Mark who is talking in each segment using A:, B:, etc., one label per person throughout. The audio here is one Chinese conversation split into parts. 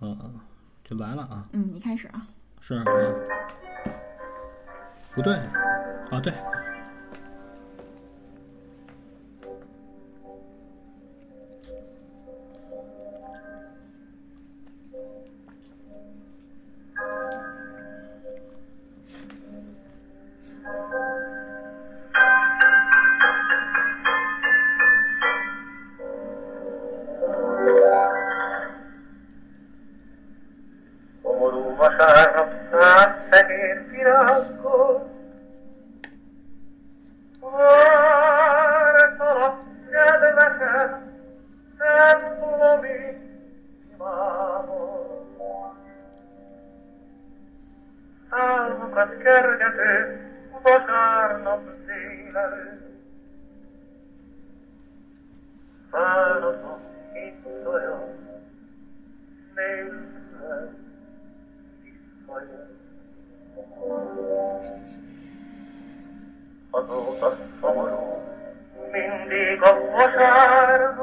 A: 嗯，就来了啊，
B: 嗯，你开始啊。
A: 是啊，不对，啊对，
C: Orumasar senin filanko Var taraf gelmesen Sen bulamayın imamı Avukat kergeti Bakar nabzileri Sarısı indoya Neyse أذوق الصبر من ضيق وشعر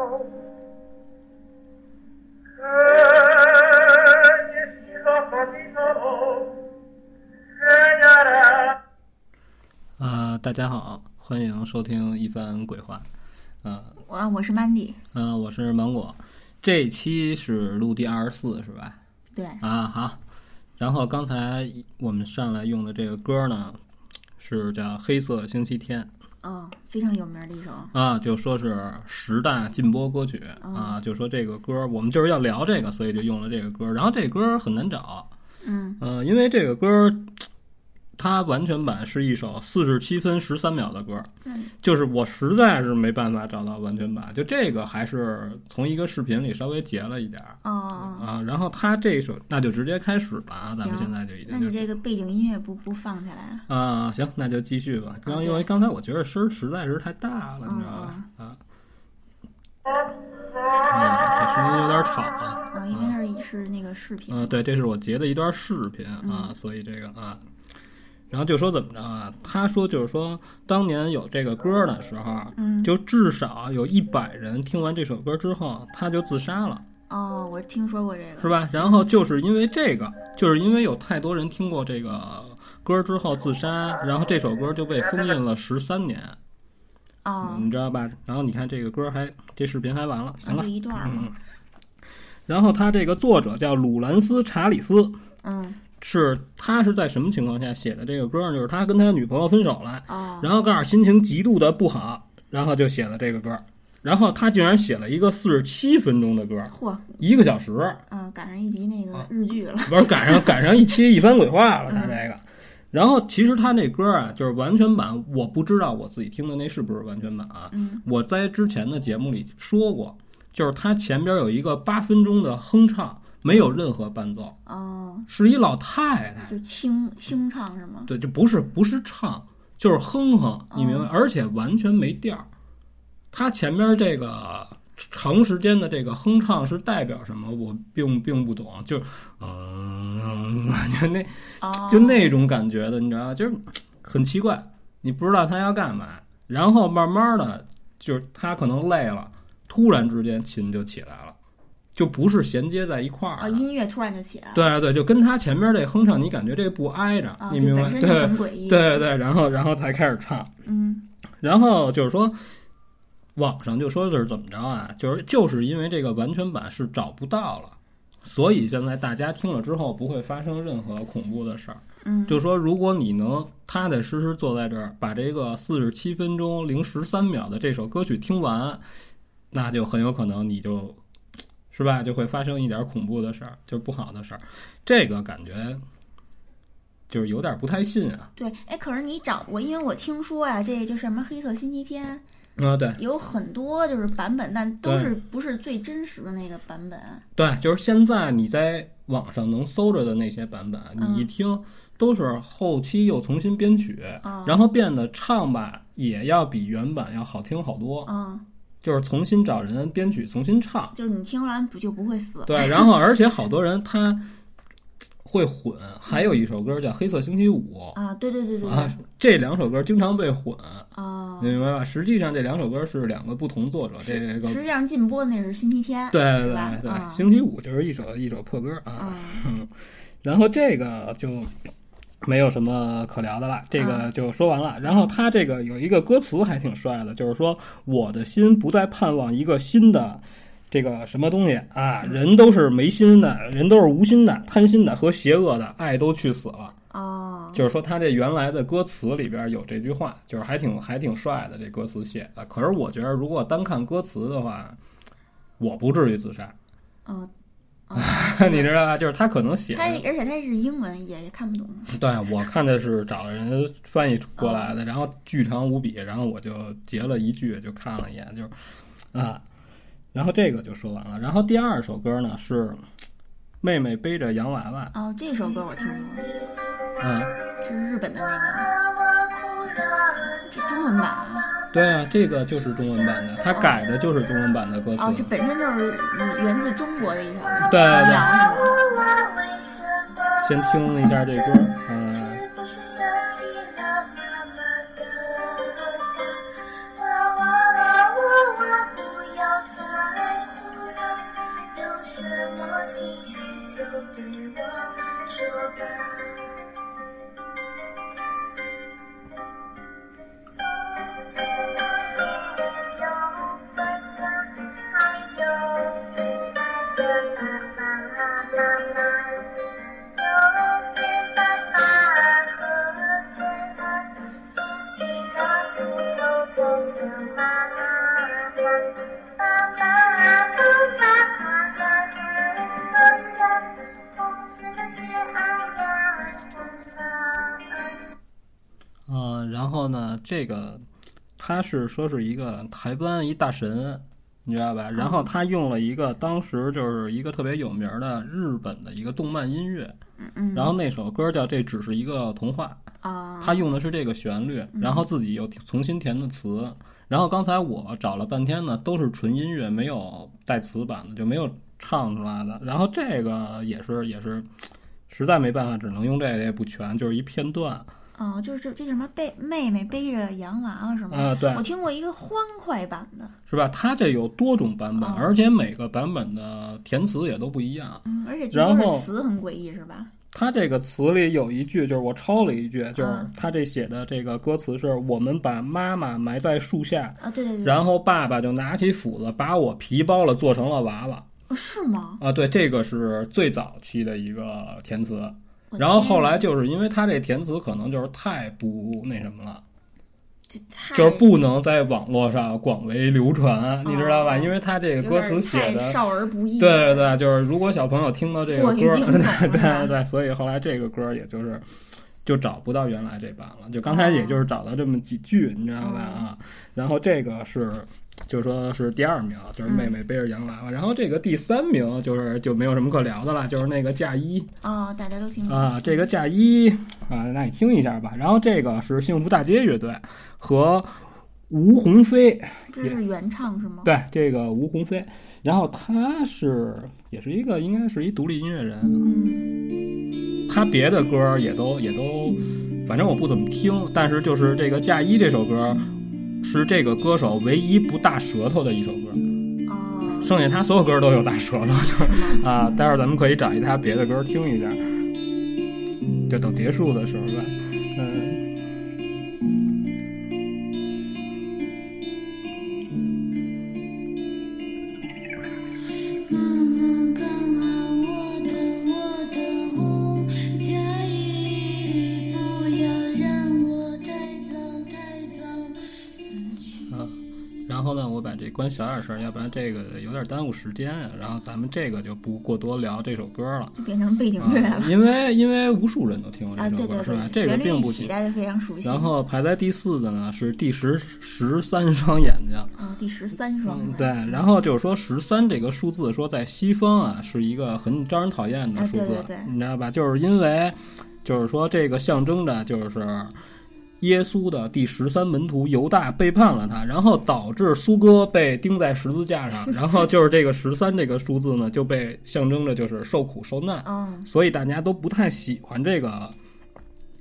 C: Yeah.
A: 呃，大家好，欢迎收听一番鬼话，呃
B: 我我是 Mandy，
A: 嗯、呃我是芒果，这期是录第二十四是吧？
B: 对，
A: 啊，好。然后刚才我们上来用的这个歌呢，是叫《黑色星期天
B: 嗯，非常有名的一首。》
A: 啊，就说是十大禁播歌曲啊，就说这个歌我们就是要聊这个，所以就用了这个歌。然后这歌很难找，
B: 嗯
A: 呃，因为这个歌它完全版是一首四十七分十三秒的歌，
B: 嗯
A: 就是我实在是没办法找到完全版，就这个还是从一个视频里稍微截了一点儿。
B: 哦，
A: 啊，然后它这首那就直接开始吧，啊咱们
B: 行
A: 现在就已经
B: 那
A: 就是
B: 你这个背景音乐不不放下来啊？
A: 啊，行，那就继续吧。然后
B: 对
A: 因为刚才我觉得声儿实在是太大了，你知道吧
B: 嗯？
A: 啊，嗯，这声音有点吵啊。
B: 啊，因为它是是那个视频。
A: 嗯，对，这是我截的一段视频啊，
B: 嗯
A: 所以这个啊，然后就说怎么着啊？他说就是说，当年有这个歌的时候，
B: 嗯
A: 就至少有一百人听完这首歌之后，他就自杀了，
B: 哦，我听说过这个。
A: 是吧？然后就是因为这个，就是因为有太多人听过这个歌之后自杀，然后这首歌就被封印了十三年。
B: 哦，
A: 你知道吧？然后你看这个歌还这视频还完了，
B: 啊
A: 嗯行了嗯
B: 就。一段儿嘛。
A: 然后他这个作者叫鲁兰斯·查理斯，
B: 嗯，
A: 是他是在什么情况下写的这个歌呢？就是他跟他女朋友分手了，
B: 哦，
A: 然后告诉心情极度的不好，然后就写了这个歌。然后他竟然写了一个四十七分钟的歌，
B: 嚯，
A: 一个小时，
B: 嗯，赶上一集那
A: 啊
B: 个日剧了。
A: 不是赶上赶上一期一番鬼话了，他这个。然后其实他这歌啊，就是完全版，我不知道我自己听的那是不是完全版啊。
B: 嗯
A: 我在之前的节目里说过，就是它前边有一个八分钟的哼唱，没有任何伴奏，
B: 哦，
A: 是一老太太，
B: 就清清唱是吗？
A: 对，就不是不是唱，就是哼哼，你
B: 哦
A: 明白？而且完全没调儿。它前边这个长时间的这个哼唱是代表什么？我并并不懂，就嗯，就 那
B: 哦，
A: 就那种感觉的，你知道吗？就是很奇怪，你不知道他要干嘛。然后慢慢的，就是他可能累了，突然之间琴就起来了，就不是衔接在一块
B: 啊，
A: 儿的。
B: 音乐突然就起来了。
A: 对啊对对，就跟他前面这哼唱，你感觉这不挨着，
B: 啊，
A: 你
B: 就
A: 明
B: 本
A: 白？对
B: 身就
A: 对
B: 很诡异。
A: 对对，然后然后才开始唱，
B: 嗯
A: 然后就是说。网上就说就是怎么着啊，就是就是因为这个完全版是找不到了，所以现在大家听了之后不会发生任何恐怖的事儿。
B: 嗯，
A: 就说如果你能踏踏实实坐在这儿，把这个四十七分钟零十三秒的这首歌曲听完，那就很有可能你就，是吧，就会发生一点恐怖的事儿，就是不好的事儿。这个感觉就是有点不太信啊。
B: 对，哎，可是你找我，因为我听说呀、这就什么黑色星期天
A: 啊，对
B: 有很多就是版本，但都
A: 对
B: 是不是最真实的那个版本。
A: 对，就是现在你在网上能搜着的那些版本，
B: 嗯
A: 你一听都是后期又重新编曲，
B: 哦
A: 然后变得唱吧也要比原版要好听好多。
B: 嗯，
A: 就是重新找人编曲，重新唱。
B: 就是你听完不就不会死？
A: 对，然后而且好多人他会混，还有一首歌叫《黑色星期五》
B: 啊，对对对对
A: 啊
B: 对，，
A: 这两首歌经常被混，
B: 啊
A: 你，明白吧？实际上这两首歌是两个不同作者，这个
B: 实际上禁播的那是星期天，
A: 对对
B: 是吧
A: 对对，
D: 嗯
B: 啊
A: 星期五就是一首一首破歌啊，
B: 啊，
A: 然后这个就。没有什么可聊的了，这个就说完了。然后他这个有一个歌词还挺帅的，就是说我的心不再盼望一个新的这个什么东西啊，人都是没心的，人都是无心的、贪心的和邪恶的，爱都去死了。
B: 哦，
A: 就是说他这原来的歌词里边有这句话，就是还挺还挺帅的这歌词写的。可是我觉得如果单看歌词的话，我不至于自杀，
B: 嗯，
A: 你知道吧？就是他可能写
B: 他
A: 的
B: 而且他是英文，也也看不懂。
A: 对我看的是找人翻译过来的，然后巨长无比，然后我就截了一句就看了一眼，就是啊，然后这个就说完了。然后第二首歌呢是妹妹背着洋娃娃，
B: 哦，这首歌我听过，
A: 嗯，
B: 是日本的那个，是中文版啊。
A: 对啊，这个就是中文版的，他改的就是中文版的歌词。
B: 哦，这本身就是源自中国的一首民谣，
A: 对对
D: 啊
A: 对
B: 是吧
A: 先听一下这歌，嗯、嗯、然后呢，这个他是说是一个台湾一大神，你知道吧？然后
B: 嗯
A: 他用了一个当时就是一个特别有名的日本的一个动漫音乐，
B: 嗯
A: 然后那首歌叫《这只是一个童话》，
B: 啊，
A: 他用的是这个旋律，
B: 嗯
A: 然后自己又重新填的词。然后刚才我找了半天呢，都是纯音乐，没有带词版的，就没有唱出来的。然后这个也是也是，实在没办法，只能用这个也不全，就是一片段。
B: 哦，就是这什么背妹妹背着洋娃娃什么的，
A: 啊对
B: 我听过一个欢快版的，
A: 是吧？它这有多种版本，
B: 哦
A: 而且每个版本的填词也都不一样。
B: 嗯，而且据
A: 然
B: 说
A: 后
B: 是词很诡异，是吧？
A: 它这个词里有一句，就是我抄了一句，就是
B: 嗯
A: 它这写的这个歌词是：“我们把妈妈埋在树下，
B: 啊，对对对，
A: 然后爸爸就拿起斧子把我皮包了，做成了娃娃。
B: 哦是”吗？
A: 啊，对，这个是最早期的一个填词。
B: 我
A: 然后
B: 天啊
A: 后来就是因为它这填词可能就是太不那什么了。
B: 这太
A: 就是不能在网络上广为流传，你知道吧？
B: 哦
A: 因为它这
B: 有
A: 个歌词
B: 点
A: 写
B: 太
A: 的，
B: 少儿不宜，
A: 对对对，就是如果小朋友听到这个
B: 过
A: 歌，
B: 于
A: 对
B: 惊悚 了
A: 对
B: 是吧
A: 对对，所以后来这个歌也就是就找不到原来这版了，就刚才也就是找到这么几句，你知道吧？
B: 哦
A: 啊，然后这个是。就说是第二名，就是妹妹背着洋娃娃，
B: 嗯
A: 然后这个第三名就是就没有什么可聊的了，就是那个嫁衣
B: 啊，大家都听过
A: 啊，这个嫁衣啊，那你听一下吧。然后这个是幸福大街乐队和吴鸿飞
B: 这是原唱
D: 啊
B: 是吗？
A: 对，这个吴鸿飞，然后他是也是一个应该是一独立音乐人，
B: 嗯，
A: 他别的歌儿也都也都，反正我不怎么听，但是就是这个《嫁衣》这首歌儿是这个歌手唯一不大舌头的一首歌儿，
B: 哦，
A: 剩下他所有歌儿都有大舌头，就是
B: 是 吗？
A: 啊，待会儿咱们可以找一他别的歌儿听一下，就等结束的时候吧，嗯。
E: 妈妈，看好我的我的红嫁衣，不要让我太早太早死去。
A: 然后呢，我把这关小点声儿，要不然这个有点耽误时间啊。然后咱们这个就不过多聊这首歌了。
B: 就变成背景乐
A: 啊
B: 了
A: 因为因为无数人都听过
B: 啊，
A: 这
B: 对
A: 首歌，
B: 对
A: 是吧
B: 对，？
A: 这个
B: 旋律
A: 并
B: 一
A: 不
B: 起
A: 新。
B: 大家就非常熟悉。
A: 然后排在第四的呢是第十十三双眼睛，
B: 啊，第十三双
A: 嗯，对。然后就是说十三这个数字，说在西方啊是一个很招人讨厌的
B: 啊
A: 数字，
B: 对对对
A: 你知道吧？就是因为就是说这个象征着就是。耶稣的第十三门徒犹大背叛了他，然后导致苏哥被钉在十字架上，然后就是这个十三这个数字呢就被象征着就是受苦受难，
D: 嗯，
A: 所以大家都不太喜欢这个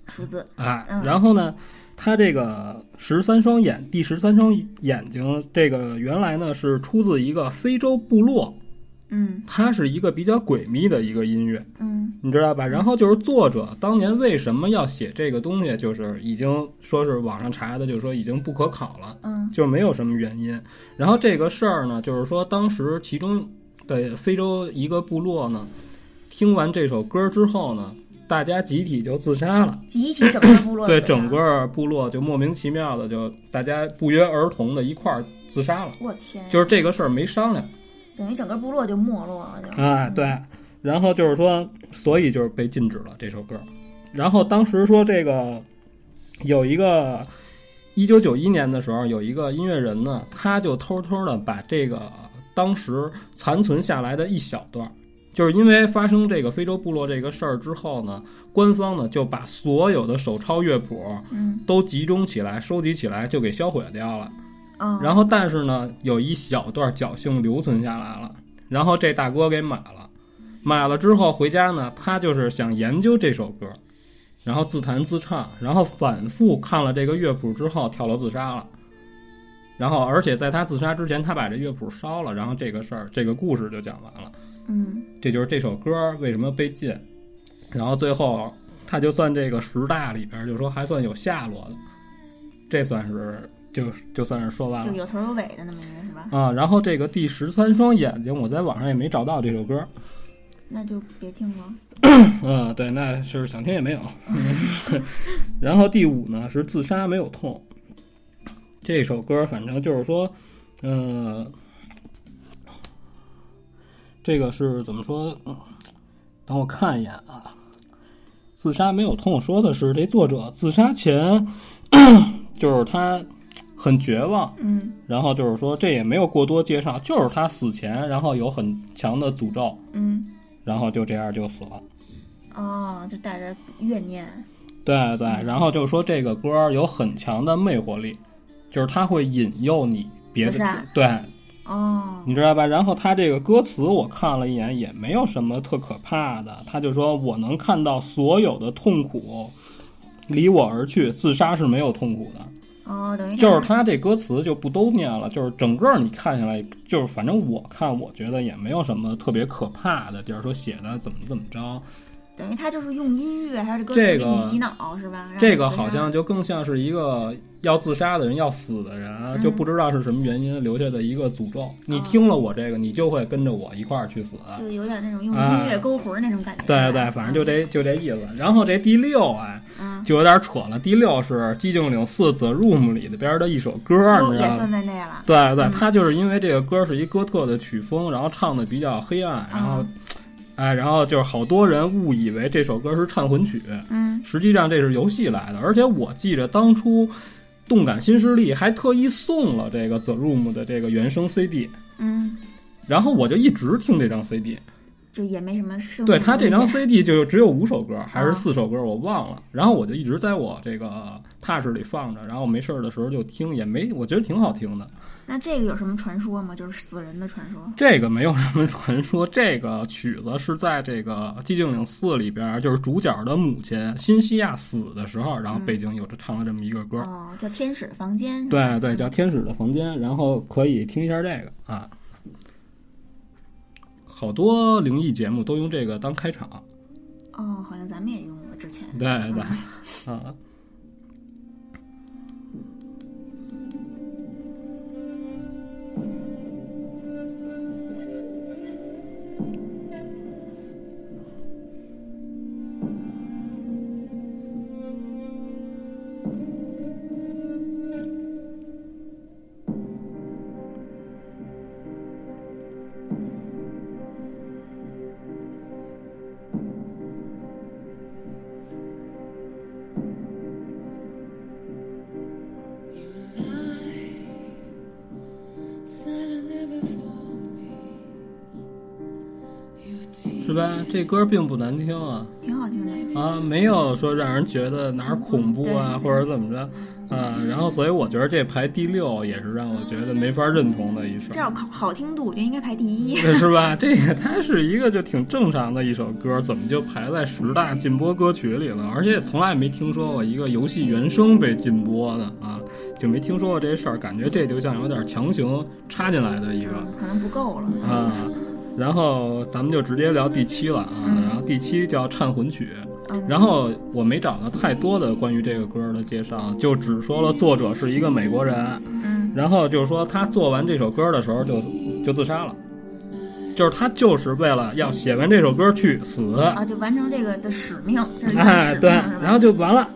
D: 数字，
A: 啊
D: 嗯，
A: 然后呢，他这个十三双眼，第十三双眼睛，这个原来呢是出自一个非洲部落，
D: 嗯
A: 它是一个比较诡秘的一个音乐，
D: 嗯
A: 你知道吧？然后就是作者当年为什么要写这个东西，就是已经说是网上查的，就是说已经不可考了，
D: 嗯
A: 就没有什么原因。然后这个事儿呢，就是说当时其中的非洲一个部落呢，听完这首歌之后呢，大家集体就自杀了。
D: 集体整个部落
A: 对
D: 死了
A: 整，个部落就莫名其妙的就大家不约而同的一块儿自杀了，
D: 我天，
A: 就是这个事儿没商量
D: 等于整个部落就没落了，就
A: 啊，对，然后就是说，所以就是被禁止了这首歌。然后当时说这个有一个一九九一年的时候，有一个音乐人呢，他就偷偷的把这个当时残存下来的一小段儿。就是因为发生这个非洲部落这个事儿之后呢，官方呢就把所有的手抄乐谱，
D: 嗯
A: 都集中起来、收集起来，就给销毁掉了。
D: 啊，
A: 然后，但是呢，有一小段侥幸留存下来了。然后这大哥给买了，买了之后回家呢，他就是想研究这首歌，然后自弹自唱，然后反复看了这个乐谱之后，跳楼自杀了。然后，而且在他自杀之前，他把这乐谱烧了。然后这个事儿，这个故事就讲完了。
D: 嗯
A: 这就是这首歌为什么被禁。然后最后，他就算这个十大里边，就说还算有下落的，这算是就就算是说完
D: 就
A: 了
D: 有头有尾的那么一个是吧？
A: 啊。然后这个第十三双眼睛，我在网上也没找到这首歌。
D: 那就别听了，
A: 嗯，对，那是想听也没有。嗯 然后第五呢是自杀没有痛，这首歌反正就是说，呃，这个是怎么说？嗯等我看一眼啊。自杀没有痛，说的是这作者自杀前， 就是他很绝望，
D: 嗯
A: 然后就是说这也没有过多介绍，就是他死前，然后有很强的诅咒，
D: 嗯，
A: 然后就这样就死了。
D: 哦，就带着怨念，
A: 对对，然后就说这个歌儿有很强的魅惑力，就是它会引诱你别
D: 自
A: 的
D: 杀，
A: 对，
D: 哦，
A: 你知道吧？然后它这个歌词我看了一眼，也没有什么特可怕的，他就说我能看到所有的痛苦离我而去，自杀是没有痛苦的。
D: 哦，等于
A: 就是他这歌词就不都念了，就是整个你看下来，就是反正我看我觉得也没有什么特别可怕的，就是说写的怎么怎么着，
D: 等于他就是用音乐还有这歌词
A: 这
D: 给
A: 个
D: 你洗脑是吧？让你
A: 这个
D: 自杀
A: 好像就更像是一个要自杀的人、要死的人，啊就
D: 嗯
A: 不知道是什么原因留下的一个诅咒。你听了我这个，你就会跟着我一块儿去死。
D: 就有点那种用音乐勾魂儿那种感觉。
A: 啊对对，反正就这就这意思。然后这第六啊，
D: 嗯，
A: 就有点扯了。第六是《寂静岭四 The Room》里的边的一首歌，
D: 嗯都
A: 你
D: 哦也
A: 知道
D: 算
A: 吗？
D: 在内了。
A: 对对，他就是因为这个歌是一哥特的曲风，然后唱的比较黑暗，然后，哎，然后就是好多人误以为这首歌是忏魂曲，
D: 嗯，
A: 实际上这是游戏来的，而且我记着当初动感新势力还特意送了这个 The Room 的这个原声 CD，
D: 嗯，
A: 然后我就一直听这张 CD。
D: 就也没什么生命
A: 对他这张
D: 危险
A: CD 就只有五首歌还
D: 啊
A: 是四首歌，我忘了。然后我就一直在我这个踏实里放着，然后没事儿的时候就听，也没我觉得挺好听的。
D: 那这个有什么传说吗？就是死人的传说。
A: 这个没有什么传说，这个曲子是在这个《寂静岭四》里边，就是主角的母亲辛西亚死的时候，然后背景有着唱了这么一个歌。
D: 哦，叫天使房间。
A: 对对，叫《天使的房间》，然后可以听一下这个啊。好多灵异节目都用这个当开场，
D: 哦，好像咱们也用过之前。
A: 对对，啊。
E: 我
A: 是吧？这歌并不难听啊
D: 挺好听的。
A: 啊，没有说让人觉得哪儿恐怖啊，或者怎么着啊。然后，所以我觉得这排第六也是让我觉得没法认同的一首
D: 这。要考好听度，我觉得应该排第一。
A: 是吧？这个它是一个就挺正常的一首歌，怎么就排在十大禁播歌曲里了？而且从来没听说过一个游戏原声被禁播的啊，就没听说过这事儿，感觉这就像有点强行插进来的一个
D: 嗯，可能不够了。
A: 啊。然后咱们就直接聊第七了啊，然后第七叫《忏魂曲》。
D: 嗯，
A: 然后我没找到太多的关于这个歌的介绍，就只说了作者是一个美国人，
D: 嗯
A: 然后就是说他做完这首歌的时候就就自杀了，就是他就是为了要写完这首歌去死，
D: 啊，就完成这个的使命，这是一个
A: 哎
D: 使
A: 对
D: 命是吧，
A: 然后就完了，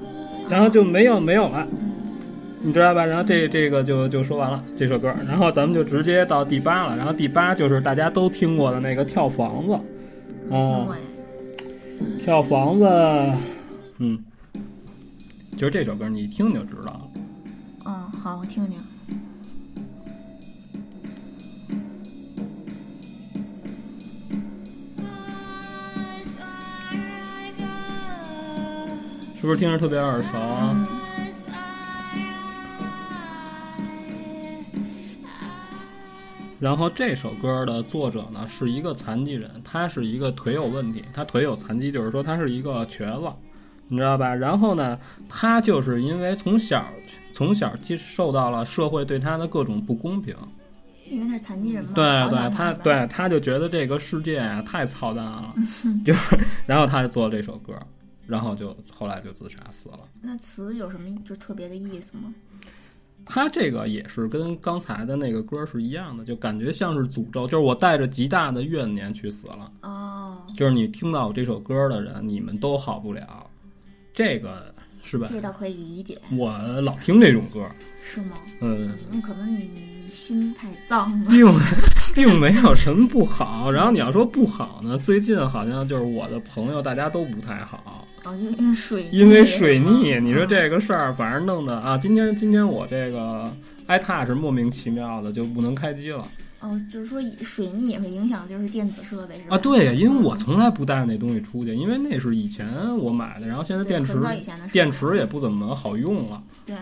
A: 然后就没有没有了，你知道吧？然后这这个就就说完了这首歌，然后咱们就直接到第八了，然后第八就是大家都听过的那个跳房子，啊、
D: 听过呀，
A: 跳房子，嗯，就是这首歌，你一听就知道了。
D: 嗯，好，我听听。
E: Eyes are like eyes,
A: 是不是听着特别耳熟啊？
E: eyes are
A: 然后这首歌的作者呢是一个残疾人，他是一个腿有问题，他腿有残疾，就是说他是一个瘸子，你知道吧？然后呢，他就是因为从小从小接受到了社会对他的各种不公平，
D: 因为他是残疾人嘛，
A: 对
D: 嘲
A: 对
D: 笑，
A: 他
D: 吧，
A: 对他就觉得这个世界啊太操蛋了，就是然后他就做了这首歌，然后就后来就自杀死了。
D: 那词有什么就特别的意思吗？
A: 他这个也是跟刚才的那个歌是一样的，就感觉像是诅咒，就是我带着极大的怨念去死了。
D: 哦，
A: 就是你听到我这首歌的人，你们都好不了，这个是吧？
D: 这倒可以理解，
A: 我老听这种歌，
D: 是吗？
A: 嗯，
D: 那可能你心太脏了。
A: 并 并没有什么不好。然后你要说不好呢，最近好像就是我的朋友大家都不太好，
D: 哦，因为因为水泥，
A: 因为水逆。
D: 嗯
A: 你说这个事儿，反正弄的啊，今天今天我这个 iTouch 莫名其妙的就不能开机了。
D: 哦，就是说以水逆也会影响，就是电子设备是吧？
A: 啊，对呀，因为我从来不带那东西出去，因为那是以前我买的，然后现在
D: 对
A: 电池
D: 很早以前的事
A: 电池也不怎么好用了。
D: 嗯对，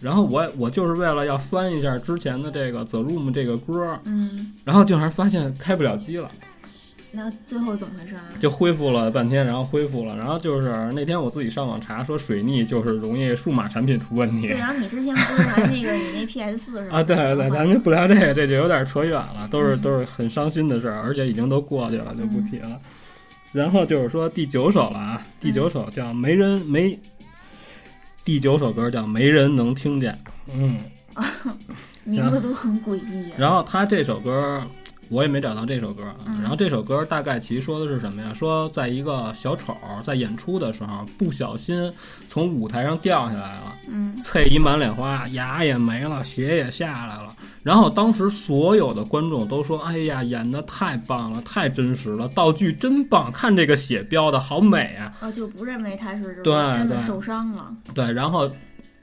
A: 然后我我就是为了要翻一下之前的这个《The Room》这个歌，
D: 嗯，
A: 然后竟然发现开不了机了，
D: 那最后怎么回事啊？
A: 就恢复了半天，然后恢复了，然后就是那天我自己上网查说水逆就是容易数码产品出问题
D: 对，。啊然后你之前不是还那个你那 PS 四是吧？
A: 啊，对对对，
D: 然后
A: 咱们就不聊这个，这就有点扯远了，都是都是很伤心的事儿，而且已经都过去了，就不提了。然后就是说第九首了啊，第九首叫《没人没》，第九首歌叫《没人能听见》，嗯，
D: 名字都很诡异啊。
A: 然后他这首歌，我也没找到这首歌啊。然后这首歌大概其实说的是什么呀？说在一个小丑在演出的时候不小心从舞台上掉下来了，
D: 嗯，
A: 啐一满脸花，牙也没了，血也下来了。然后当时所有的观众都说：“哎呀，演的太棒了，太真实了，道具真棒，看这个血标的好美啊
D: 哦，就不认为他是就是
A: 对
D: 真的
A: 对
D: 受伤了。！”
A: 对，然后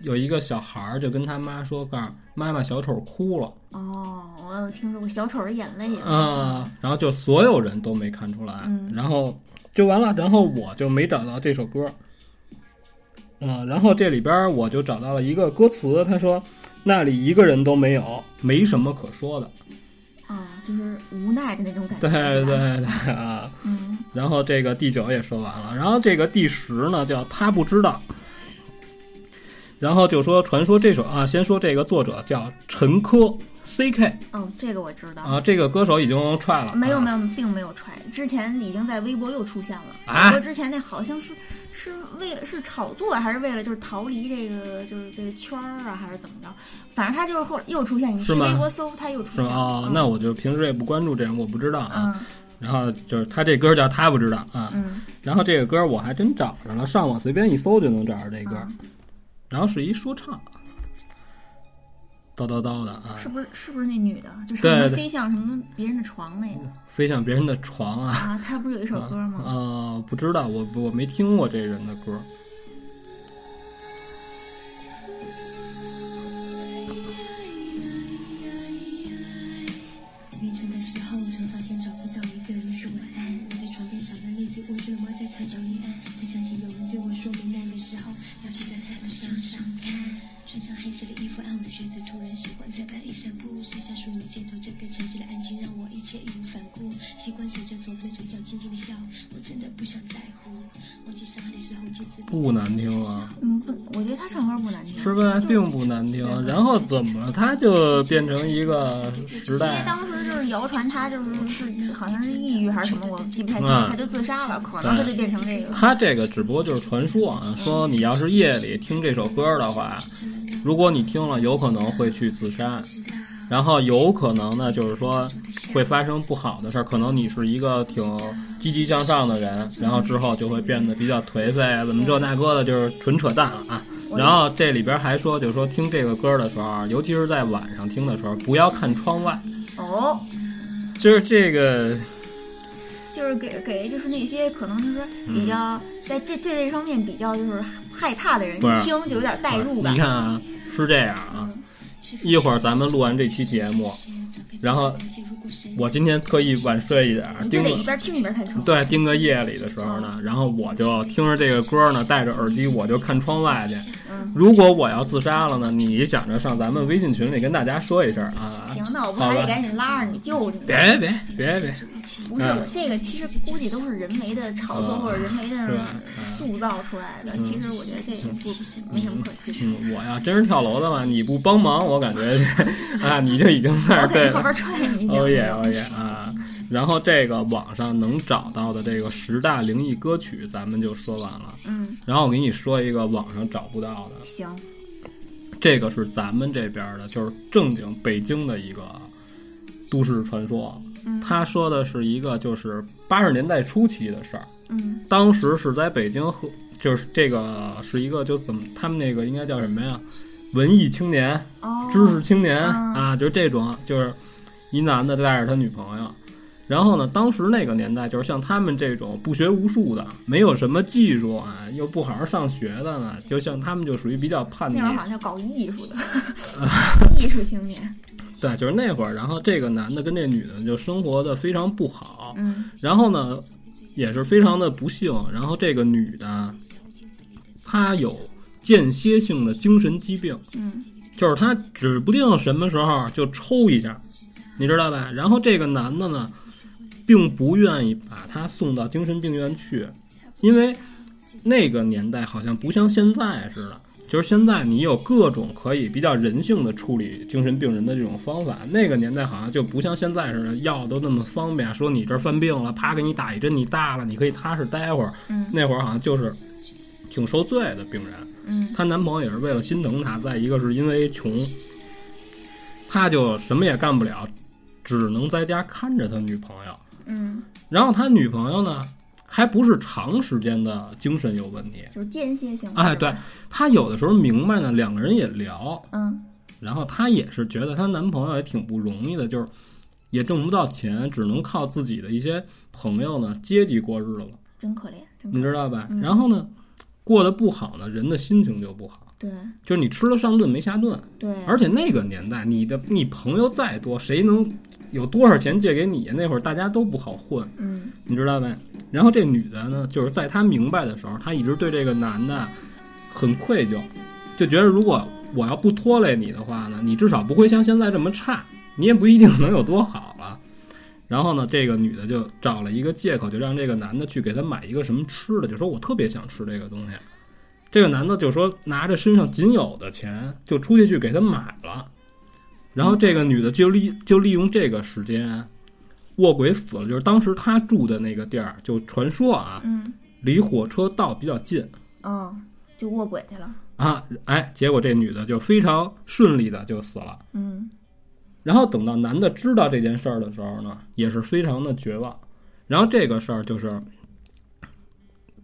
A: 有一个小孩儿就跟他妈说：“告诉妈妈，小丑哭了。”
D: 哦，我有听说过小丑的眼泪啊。
A: 啊，然后就所有人都没看出来，
D: 嗯
A: 然后就完了，然后我就没找到这首歌，啊，然后这里边儿我就找到了一个歌词，他说那里一个人都没有，没什么可说的，
D: 啊，就是无奈的那种感觉。
A: 对对
D: 是吧，
A: 对啊，
D: 嗯，
A: 然后这个第九也说完了，然后这个第十呢叫他不知道，然后就说传说这首啊，先说这个作者叫陈珂 C K
D: 哦，这个我知道。
A: 啊，这个歌手已经踹了，
D: 没有
A: 啊
D: 没有，并没有踹。之前已经在微博又出现了。
A: 啊
D: 微博之前那好像是是为了是炒作，还是为了就是逃离这个就是这个圈儿啊，还是怎么着？反正他就是后来又出现，你
A: 是
D: 去
A: 吗
D: 微博搜他又出
A: 是
D: 现
A: 吗？
D: 了。
A: 哦
D: 嗯，
A: 那我就平时也不关注这人，我不知道啊。
D: 嗯
A: 然后就是他这歌叫他不知道啊。
D: 嗯
A: 然后这个歌我还真找着了，上网随便一搜就能找着这歌。
D: 嗯
A: 然后是一说唱，啊叨叨叨的啊，
D: 是不是是不是那女的？就是
A: 对
D: 什么
A: 对嗯
D: 飞向什么别人的床那个
A: 飞向别人的床啊。
D: 啊？她不是有一首歌吗？
A: 呃，不知道，我我没听过这人的歌。
F: 凌晨的时候，突然发现找不到一个人属我爱我的床我对我的长久阴暗，才想起有人对我说明那个时候要去在太阳上上看。穿上黑色的衣服，暗红的靴子，突然喜欢在半夜散步，剩下属于街头这个城市的安静，让我一切义无反顾。习惯扯着左边嘴角轻轻的笑，我真的不想在乎。忘记伤害的时候，几次
A: 不难听啊，
D: 嗯，不，我觉得他唱歌不难听，
A: 是吧？并不难听。然后怎么它就变成一个时
D: 因为
A: 代？啊
D: 当时就是谣传他就是是好像是抑郁还是什么，我记不太
A: 嗯
D: 清了，他就自杀了，可能他就变成这个。
A: 它这个只不过就是传说啊，说你要是夜里听这首歌的话，如果你听了，有可能会去自杀，然后有可能呢，就是说会发生不好的事儿。可能你是一个挺积极向上的人，然后之后就会变得比较颓废啊，怎么这那个的，就是纯扯淡了啊。然后这里边还说，就是说听这个歌的时候，啊尤其是在晚上听的时候，不要看窗外，
D: 哦，
A: 就是这个。
D: 就是给给就是那些可能就是
A: 嗯
D: 比较在这对这方面比较就是害怕的人
A: 不是
D: 一听就有点代入嗯
A: 你
D: 感。
A: 看啊，是这样啊，一会儿咱们录完这期节目，然后呃我今天特意晚睡一点儿，
D: 你就
A: 盯
D: 得嗯
A: 个
D: 一边听一边看窗。
A: 对盯个夜里的时候呢，然后我就听着这个歌呢，戴着耳机我就看窗外去。
D: 嗯
A: 如果我要自杀了呢，你想着上咱们微信群里跟大家说一声啊。
D: 行，那我们
A: 好
D: 还
A: 吧
D: 得赶紧拉着你救你。
A: 别别别别，
D: 不是
A: 嗯
D: 我这个，其实估计都是人为的炒作
A: 嗯
D: 或者人为
A: 是
D: 的
A: 吧嗯
D: 塑造出来的。其实我觉得这个不没什么可信。
A: 嗯，我呀真是跳楼的嘛，你不帮忙，我感觉 啊，你就已经算
D: 我
A: 是对了
D: 肯定后。边踹你一脚。
A: 哦耶哦耶啊！然后这个网上能找到的这个十大灵异歌曲，咱们就说完了。
D: 嗯，
A: 然后我给你说一个网上找不到的，
D: 行，
A: 这个是咱们这边的，就是正经北京的一个都市传说。啊他说的是一个就是八十年代初期的事儿，
D: 嗯
A: 当时是在北京和就是这个是一个就怎么他们那个应该叫什么呀？文艺青年，
D: 哦，
A: 知识青年
D: 嗯
A: 啊，就是这种，就是一男的带着他女朋友。然后呢，当时那个年代，就是像他们这种不学无术的，没有什么技术啊，又不好好上学的呢，就像他们就属于比较叛逆
D: 那会。儿好像叫搞 艺术的，艺术青年。
A: 对，就是那会儿，然后这个男的跟这女的就生活的非常不好，
D: 嗯
A: 然后呢，也是非常的不幸。然后这个女的，她有间歇性的精神疾病，
D: 嗯
A: 就是他指不定什么时候就抽一下，你知道吧？然后这个男的呢，并不愿意把他送到精神病院去，因为那个年代好像不像现在似的，就是现在你有各种可以比较人性的处理精神病人的这种方法，那个年代好像就不像现在似的，药都那么方便，说你这儿犯病了，啪给你打一针，你大了，你可以踏实待会儿。
D: 嗯
A: 那会儿好像就是挺受罪的病人。
D: 嗯
A: 她男朋友也是为了心疼她，再一个是因为穷，他就什么也干不了，只能在家看着他女朋友。
D: 嗯，
A: 然后他女朋友呢，还不是长时间的精神有问题，
D: 就是间歇性。
A: 哎，对，她有的时候明白呢，两个人也聊，
D: 嗯
A: 然后她也是觉得她男朋友也挺不容易的，就是也挣不到钱，只能靠自己的一些朋友呢接济过日子，
D: 真可怜，真可
A: 你
D: 怜。
A: 知道吧？然后呢，过得不好呢，人的心情就不好。
D: 对
A: 就是你吃了上顿没下顿，
D: 对，
A: 嗯而且那个年代，你的你朋友再多，谁能有多少钱借给你呀？那会儿大家都不好混，
D: 嗯
A: 你知道呗？然后这女的呢，就是在她明白的时候，她一直对这个男的啊很愧疚，就觉得如果我要不拖累你的话呢，你至少不会像现在这么差，你也不一定能有多好了。然后呢，这个女的就找了一个借口，就让这个男的去给她买一个什么吃的，就说我特别想吃这个东西。这个男的就说拿着身上仅有的钱就出去去给她买了，然后这个女的就利就利用这个时间，卧轨死了。就是当时她住的那个地儿，就传说啊，
D: 嗯
A: 离火车道比较近
D: 哦，就卧轨去了。
A: 啊，哎，结果这女的就非常顺利的就死了。
D: 嗯
A: 然后等到男的知道这件事儿的时候呢，也是非常的绝望。然后这个事儿就是，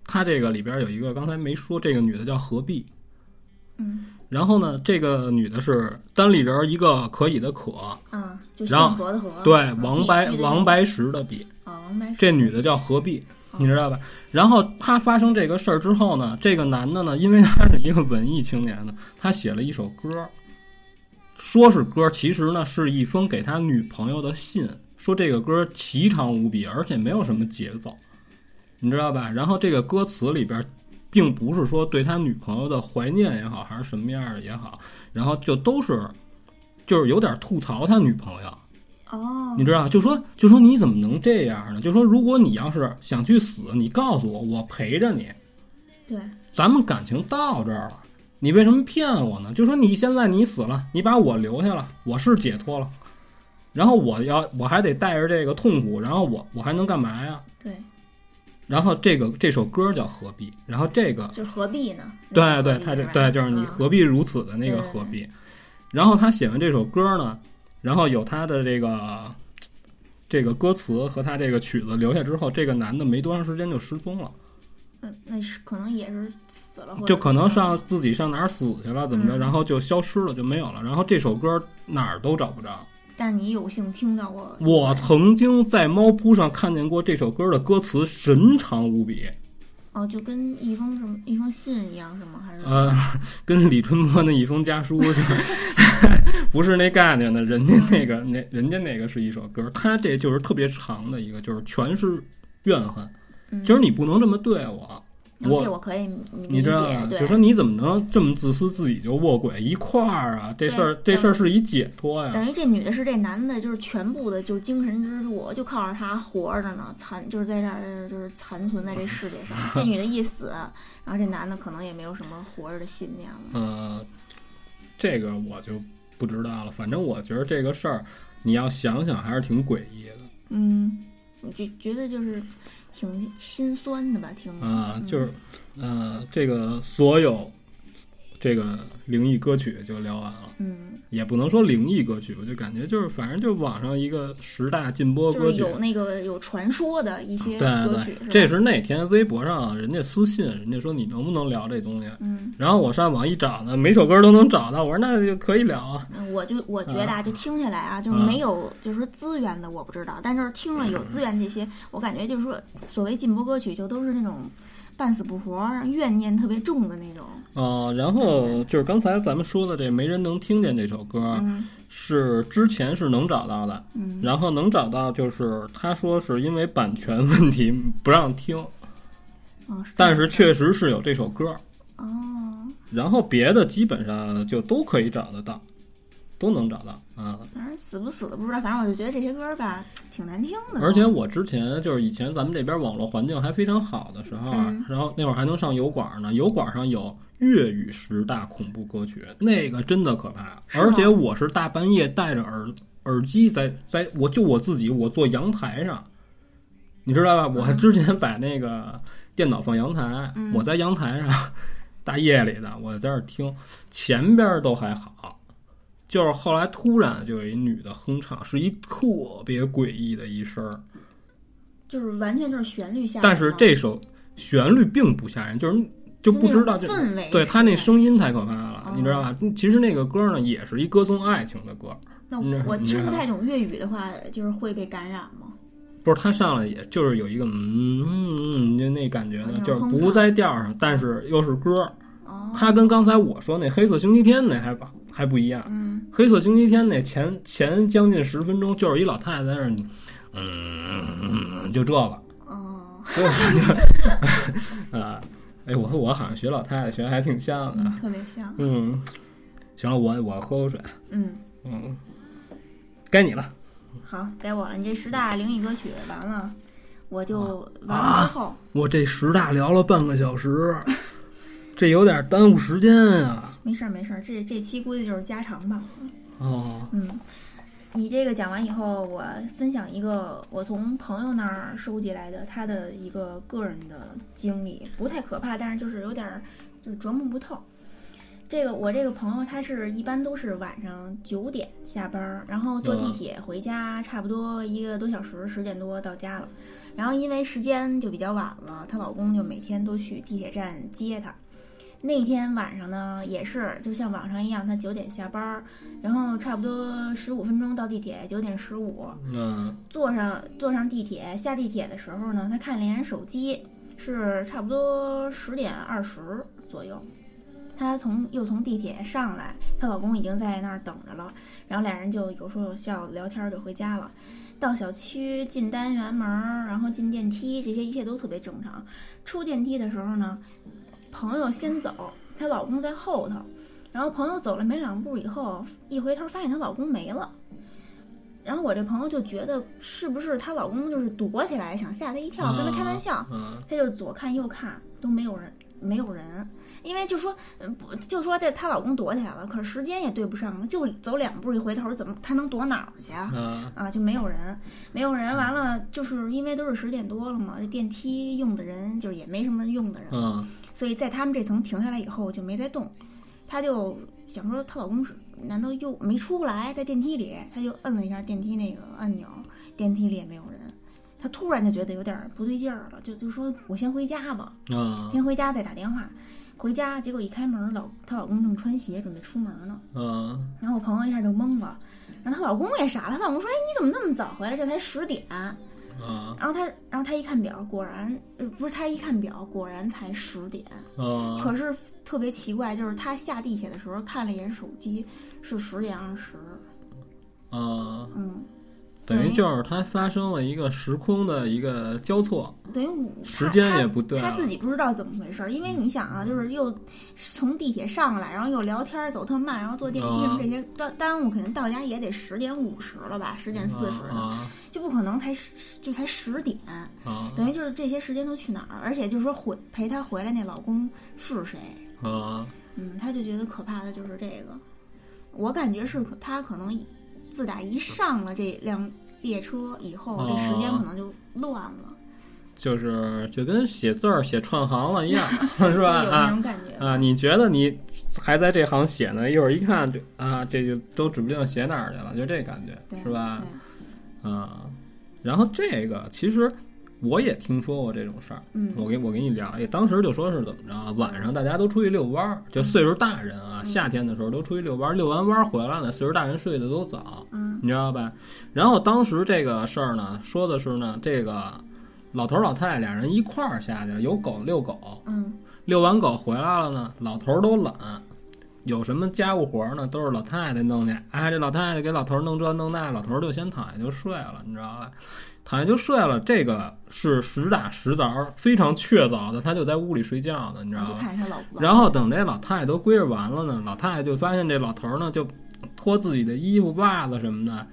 A: 他这个里边有一个刚才没说，这个女的叫何必，
D: 嗯
A: 然后呢，这个女的是单立人儿一个可以的可，
D: 啊，就
A: 然后
D: 姓何的何。
A: 对，
D: 必
A: 王
D: 须
A: 白
D: 的
A: 王白石的笔，
D: 啊，王白
A: 这女的叫何必，你知道吧？然后她发生这个事儿之后呢，这个男的呢，因为他是一个文艺青年呢，他写了一首歌，说是歌，其实呢是一封给他女朋友的信，说这个歌奇长无比，而且没有什么节奏。你知道吧？然后这个歌词里边，并不是说对他女朋友的怀念也好，还是什么样的也好，然后就都是就是有点吐槽他女朋友，
D: 哦
A: 你，知道，就说就说你怎么能这样呢？就说如果你要是想去死，你告诉我，我陪着你，
D: 对，
A: 咱们感情到这儿了，你为什么骗我呢？就说你现在你死了，你把我留下了，我是解脱了，然后我要我还得带着这个痛苦，然后我我还能干嘛呀？
D: 对，
A: 然后这个这首歌叫《何必》，然后这个
D: 就是何必呢？
A: 对对，他这对就是你
D: 何
A: 何必如此的那个
D: 嗯对
A: 何必。然后他写完这首歌呢，然后有他的这个这个歌词和他这个曲子留下之后，这个男的没多长时间就失踪了，
D: 嗯，那是可能也是死了，或者
A: 就可能上自己上哪儿死去了，怎么着，
D: 嗯
A: 然后就消失了，就没有了。然后这首歌哪儿都找不着。
D: 但是你有幸听到过，
A: 我曾经在猫扑上看见过这首歌的歌词神长无比，
D: 哦，就跟一封什么一封信一样是吗？还是
A: 呃，跟李春波那一封家书就是 不是那概念的，人家那个那人家那个是一首歌，他这就是特别长的一个，就是全是怨恨。
D: 嗯
A: 就是你不能这么对我，
D: 然后这我可以
A: 你
D: 理
A: 知道吗
D: 解，？对，
A: 就说你怎么能这么自私，自己就卧轨一块儿啊？这事儿这
D: 对
A: 事儿是一解脱呀。
D: 等于这女的是这男的，就是全部的，就是精神支柱，就靠着他活着呢，残就是在这儿就是残存在这世界上。这女的一死，然后这男的可能也没有什么活着的信念了。
A: 嗯、这个我就不知道了，反正我觉得这个事儿你要想想还是挺诡异的。
D: 嗯，我就觉得就是挺心酸的吧，听着
A: 啊，就是，呃，这个所有这个灵异歌曲就聊完了，
D: 嗯，
A: 也不能说灵异歌曲，我就感觉就是反正就网上一个十大禁播
D: 就
A: 歌
D: 是
A: 曲。
D: 有那个有传说的一些
A: 对
D: 歌曲
A: 对，，
D: 吧
A: 这是那天微博上人家私信，人家说你能不能聊这东西？
D: 嗯，
A: 然后我上网一找呢，每首歌都能找到，我说那就可以聊啊。
D: 嗯我就我觉得啊，就听下来啊，就是
A: 嗯
D: 没有就是说资源的我不知道，但就是听了有资源这
A: 嗯
D: 些，我感觉就是说所谓禁播歌曲就都是那种半死不活、怨念特别重的那种。
A: 啊，然后就是刚才咱们说的这《没人能听见》这首歌，
D: 嗯
A: 是之前是能找到的，
D: 嗯
A: 然后能找到就是他说是因为版权问题不让听，
D: 嗯，
A: 但是确实是有这首歌，
D: 哦，
A: 然后别的基本上就都可以找得到，都能找到啊。
D: 反正死不死的不知道，反正我就觉得这些歌儿吧挺难听的。
A: 而且我之前就是以前咱们这边网络环境还非常好的时候啊，
D: 嗯
A: 然后那会儿还能上油管呢，油管上有粤语十大恐怖歌曲，那个真的可怕。
D: 是吗
A: 而且我是大半夜戴着耳耳机在在，我就我自己，我坐阳台上，你知道吧？我还之前把那个电脑放阳台，
D: 嗯
A: 我在阳台上。大夜里的，我在那儿听，前边儿都还好，就是后来突然就有一女的哼唱，是一特别诡异的一声儿，
D: 就是完全就是旋律下来嘛，
A: 但是这首旋律并不吓人，就是就不知道
D: 就
A: 这
D: 那种氛围
A: 对
D: 是
A: 他那
D: 吧
A: 声音太可怕了
D: 哦，
A: 你知道吧？其实那个歌呢，也是一歌颂爱情的歌，
D: 那
A: 你
D: 我
A: 看
D: 我听不
A: 你看
D: 太懂粤语的话，就是会被感染吗？
A: 不是他上来也就是有一个嗯，嗯嗯就那感觉呢，
D: 那
A: 就是
D: 种哼
A: 不
D: 唱
A: 在调上，但是又是歌。
D: 哦，
A: 它跟刚才我说那黑色星期天那还不还不一样，
D: 嗯，
A: 黑色星期天那前前将近十分钟就是一老太太在那儿，嗯嗯，嗯就这个。
D: 哦，
A: 啊，哎，我我好像学老太太学得还挺像的。
D: 特别像，
A: 嗯，行了，我我喝口水。
D: 嗯。
A: 嗯，该你了。
D: 好，该我了。你这十大灵异歌曲完了，我就完了之后，
A: 我这十大聊了半个小时，这有点耽误时间啊。
D: 没事儿没事儿，这这期估计就是加长吧。
A: 哦，
D: 嗯，你这个讲完以后，我分享一个我从朋友那儿收集来的他的一个个人的经历，不太可怕，但是就是有点儿就是琢磨不透。这个我这个朋友他是一般都是晚上九点下班儿，然后坐地
A: 嗯
D: 铁回家，差不多一个多小时，十点多到家了。然后因为时间就比较晚了，她老公就每天都去地铁站接她。那天晚上呢，也是就像往常一样，她九点下班儿，然后差不多十五分钟到地铁，九点十五
A: 嗯
D: 坐上坐上地铁，下地铁的时候呢，她看了一眼手机，是差不多十点二十左右。她从又从地铁上来，她老公已经在那儿等着了，然后俩人就有说有笑聊天儿就回家了。到小区进单元门儿，然后进电梯，这些一切都特别正常。出电梯的时候呢，朋友先走，她老公在后头。然后朋友走了没两步以后，一回头发现她老公没了。然后我这朋友就觉得是不是她老公就是躲起来想吓她一跳，跟她开玩笑，
A: 嗯
D: 她就左看右看都没有人，没有人，因为就说嗯不就说这她老公躲起来了，可是时间也对不上了，就走两步一回头，怎么她能躲哪儿去啊？
A: 嗯
D: 啊，就没有人，没有人。完了，就是因为都是十点多了嘛，这电梯用的人就是也没什么用的人，
A: 嗯
D: 所以在他们这层停下来以后就没再动。她就想说，她老公是难道又没出来，在电梯里，她就摁了一下电梯那个按钮，电梯里也没有人。她突然就觉得有点不对劲儿了，就就说我先回家吧，
A: 嗯
D: 先回家再打电话。回家，结果一开门，老她老公正穿鞋准备出门呢，
A: 嗯
D: 然后我朋友一下就懵了，然后她老公也傻了，她老公说：“哎，你怎么那么早回来？这才十点。”
A: 嗯
D: 然后她，然后她一看表，果然呃不是她一看表，果然才十点。
A: 嗯，
D: 可是特别奇怪，就是她下地铁的时候看了一眼手机，是十点二十。
A: 嗯，
D: 嗯，
A: 等于就是它发生了一个时空的一个交错，
D: 嗯等于我
A: 时
D: 她
A: 间
D: 她
A: 也不对啊嗯
D: 她
A: 了
D: 自己不知道怎么回事儿。因为你想啊，就是又从地铁上来，然后又聊天儿走特慢，然后坐电梯
A: 啊
D: 什么这些耽耽误，肯定到家也得十点五十了吧，十点四十了，
A: 啊
D: 就不可能才十就才十点。
A: 啊
D: 等于就是这些时间都去哪儿？而且就是说回陪她回来那老公是谁？
A: 啊
D: 嗯，她就觉得可怕的就是这个。我感觉是可她可能自打一上了这辆列车以后，这时
A: 哦
D: 间可能就乱了，
A: 就是就跟写字儿写串行了一 样，是吧？
D: 就有那
A: 啊
D: 种感觉。
A: 啊，你觉得你还在这行写呢，一会儿一看这啊，这就都指不定写哪儿去了，就这感觉
D: 对，
A: 是吧？
D: 对
A: 啊，然后这个其实我也听说过这种事儿，
D: 嗯
A: 我给我给你聊，也当时就说是怎么着啊，晚上大家都出去遛弯
D: 嗯
A: 儿，就岁数大人啊，夏天的时候都出去遛弯儿，遛完弯儿回来呢，岁数大人睡得都早，
D: 嗯，
A: 你知道吧？然后当时这个事儿呢，说的是呢，这个老头儿老太太俩人一块儿下去了，有狗遛狗，
D: 嗯
A: 遛完狗回来了呢，老头儿都懒，有什么家务活儿呢，都是老太太弄去。哎，这老太太给老头儿弄这弄那，老头儿就先躺下就睡了，你知道吧？躺下就睡了，这个是实打实凿、非常确凿的，他就在屋里睡觉呢，你知道
D: 我就
A: 吧？
D: 看着她老公，
A: 然后等这老太太都归置完了呢，老太太就发现这老头儿呢就脱自己的衣服、袜子什么的。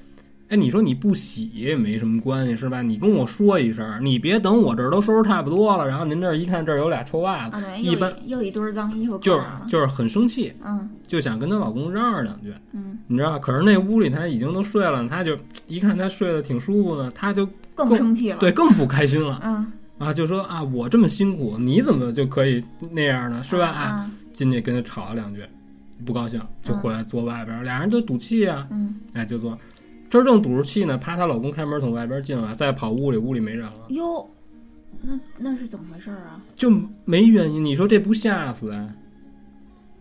A: 哎，你说你不洗也没什么关系是吧？你跟我说一声，你别等我这儿都收拾差不多了，然后您这儿一看这儿有俩臭袜子，
D: 啊，等于
A: 一
D: 又
A: 般
D: 一又一堆儿脏衣服
A: 就
D: 搁
A: 是
D: 那儿了。
A: 就是很生气，
D: 嗯
A: 就想跟她老公嚷嚷两句，
D: 嗯，
A: 你知道吧？可是那屋里她已经都睡了，她就一看她睡得挺舒服呢，她就
D: 更
A: 更
D: 生气了。
A: 对，更不开心了
D: 嗯，
A: 啊，就说啊，我这么辛苦，你怎么就可以那样呢？是吧？啊，
D: 啊，
A: 进去跟她吵了两句，不高兴就回来坐外边儿，俩人就赌气啊，
D: 嗯，
A: 哎，就坐。这正赌着气呢，啪！她老公开门从外边进来，再跑屋里，屋里没人了，
D: 哟，那那是怎么回事儿啊？
A: 就没原因。你说这不吓死啊？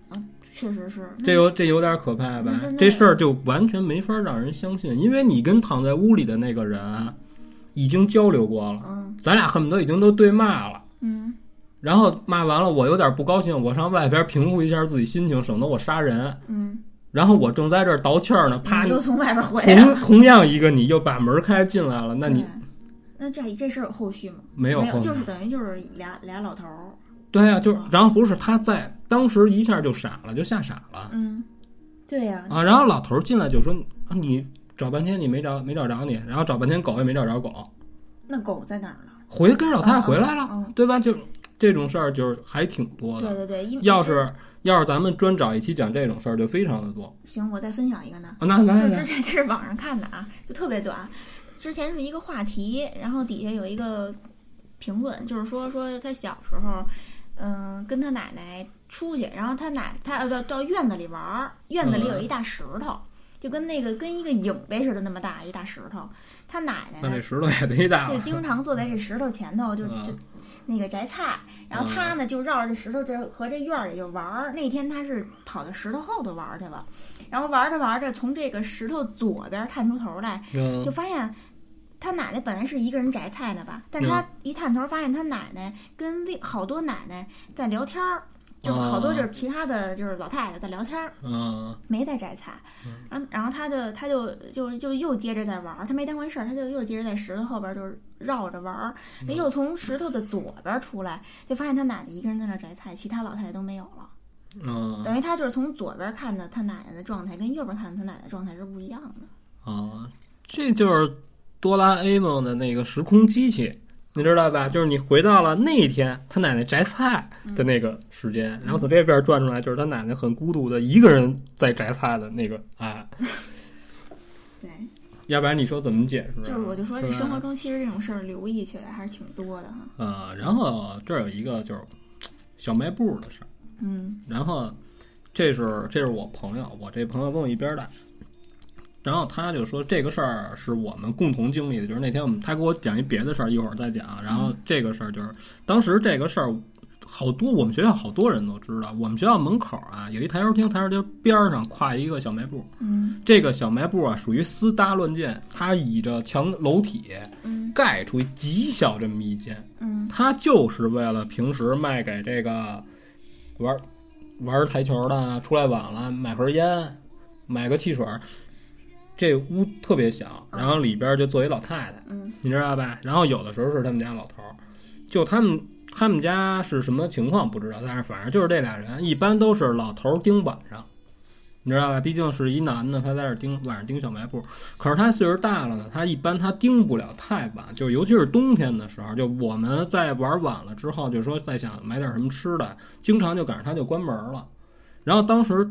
D: 啊，确实是。那
A: 这有这有点可怕吧
D: 嗯那那？
A: 这事儿就完全没法让人相信，因为你跟躺在屋里的那个人啊已经交流过了，
D: 嗯
A: 咱俩恨不得已经都对骂了。
D: 嗯
A: 然后骂完了，我有点不高兴，我上外边平复一下自己心情，省得我杀人。
D: 嗯，
A: 然后我正在这儿倒气儿呢，啪！你
D: 你又从外边回来了
A: 同。同样一个你又把门开进来了，那你
D: 对那这这事儿有后续吗？
A: 没有
D: 有，
A: 后续
D: 就是等于就是俩俩老头儿，
A: 对呀、就是然后不是他在当时一下就傻了，就吓傻了。
D: 嗯，对呀、
A: 啊，然后老头儿进来就说：“啊，你找半天你没找没找着你，然后找半天狗也没找着狗，
D: 那狗在哪儿呢？
A: 回跟着老太太哦回来了，哦
D: 嗯嗯
A: 对吧？就这种事儿就是还挺多的。
D: 对对对，因为
A: 要
D: 之
A: 是要是咱们专找一期讲这种事儿，就非常的多
D: 行，我再分享一个呢，
A: 啊。那来来
D: 就之
A: 来，
D: 前这是网上看的啊，就特别短，之前是一个话题，然后底下有一个评论，就是说说他小时候，嗯、跟他奶奶出去，然后他奶他呃到到院子里玩儿，院子里
A: 嗯
D: 有一大石头。就跟那个跟一个影呗似的，那么大一大石头，他奶奶
A: 那
D: 呢
A: 这石头也忒大
D: 就
A: 了，
D: 经常坐在这石头前头，就就
A: 啊嗯
D: 那个摘菜，然后他呢就绕着这石头这和这院儿里就玩儿。那天他是跑到石头后头玩儿去了，然后玩着玩着从这个石头左边探出头来，
A: 嗯
D: 就发现。他奶奶本来是一个人摘
A: 嗯
D: 菜的吧，但他一探头发现他奶奶跟另好多奶奶在聊天儿，就是好
A: 哦
D: 多就是其他的就是老太太在聊天儿，
A: 嗯
D: 没在摘菜，然后然后他就他就就就又接着在玩儿，他没当回事儿，他就又接着在石头后边儿就是绕着玩儿，
A: 嗯
D: 又从石头的左边儿出来，就发现他奶奶一个人在那儿摘菜，其他老太太都没有了。
A: 嗯
D: 等于他就是从左边儿看的他奶奶的状态跟右边儿看的他奶奶的状态是不一样的。
A: 啊，这就是哆啦 A 梦的那个时空机器，你知道吧？就是你回到了那一天他奶奶摘菜
D: 嗯
A: 的那个时间，然后从这边转出来，就是他奶奶很孤独的一个人在摘菜的那个啊，
D: 对，
A: 要不然你说怎么解释啊？
D: 就是我就说
A: 是
D: 这
A: 吧
D: 生活中其实这种事儿留意起来还是挺多的哈。
A: 呃，然后这儿有一个就是小卖部的事儿，
D: 嗯
A: 然后这是这是我朋友，我这朋友跟我一边儿大，然后他就说这个事儿是我们共同经历的，就是那天我们他给我讲一别的事儿，一会儿再讲啊。然后这个事儿就是当时这个事儿。好多我们学校好多人都知道，我们学校门口啊有一台球厅，台球厅边儿上跨一个小卖部，
D: 嗯
A: 这个小卖部啊属于私搭乱建，它倚着墙楼体
D: 嗯
A: 盖出极小这么一间，
D: 嗯
A: 他就是为了平时卖给这个玩玩台球的，出来晚了买嗯盒烟，买个汽水儿。这屋特别小，然后里边就坐一老太太，
D: 啊嗯
A: 你知道吧？然后有的时候是他们家老头儿，就他们他们家是什么情况不知道，但是反正就是这俩人，一般都是老头儿盯晚上，你知道吧？毕竟是一男的，他在这儿盯晚上盯小卖部。可是他岁数大了呢，他一般他盯不了太晚，就尤其是冬天的时候，就我们在玩晚了之后，就说再想买点什么吃的，经常就赶上他就关门了。然后当时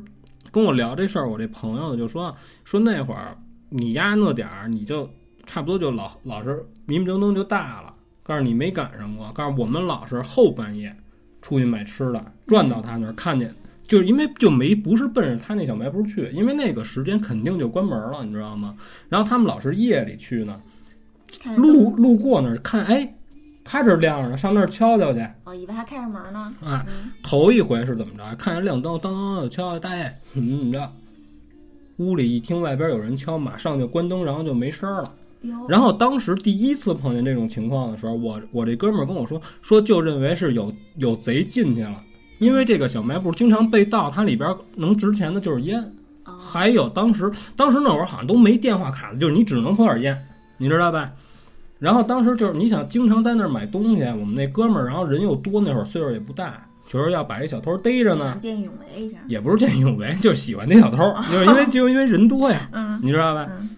A: 跟我聊这事儿，我这朋友呢就说说那会儿你压那点儿，你就差不多就老老是迷迷瞪瞪就大了。告诉你没赶上过，告诉我们老是后半夜出去买吃的，转到他那儿看见，就是因为就没不是奔着他那小卖部去，因为那个时间肯定就关门了，你知道吗？然后他们老是夜里去呢，
D: 看着
A: 路路过那儿看，哎，他这儿亮着呢，上那儿敲敲去。
D: 哦，以为还开着门呢。
A: 啊
D: 嗯，
A: 头一回是怎么着？看见亮灯，当当当就敲，大爷怎么怎么着？屋里一听外边有人敲，马上就关灯，然后就没声儿了。
D: 哟，
A: 然后当时第一次碰见这种情况的时候，我我这哥们儿跟我说，说就认为是有有贼进去了，因为这个小卖部经常被盗，它里边能值钱的就是烟，
D: 哦
A: 还有当时当时那会儿好像都没电话卡的，就是你只能喝点烟，你知道吧？然后当时就是你想经常在那儿买东西，我们那哥们儿，然后人又多，那会儿岁数也不大，就是要把这小偷逮着呢
D: 想，见义勇为一下。
A: 也不是见义勇为，就是喜欢那小偷，就是因为就是因为人多呀，
D: 嗯
A: 你知道吧？
D: 嗯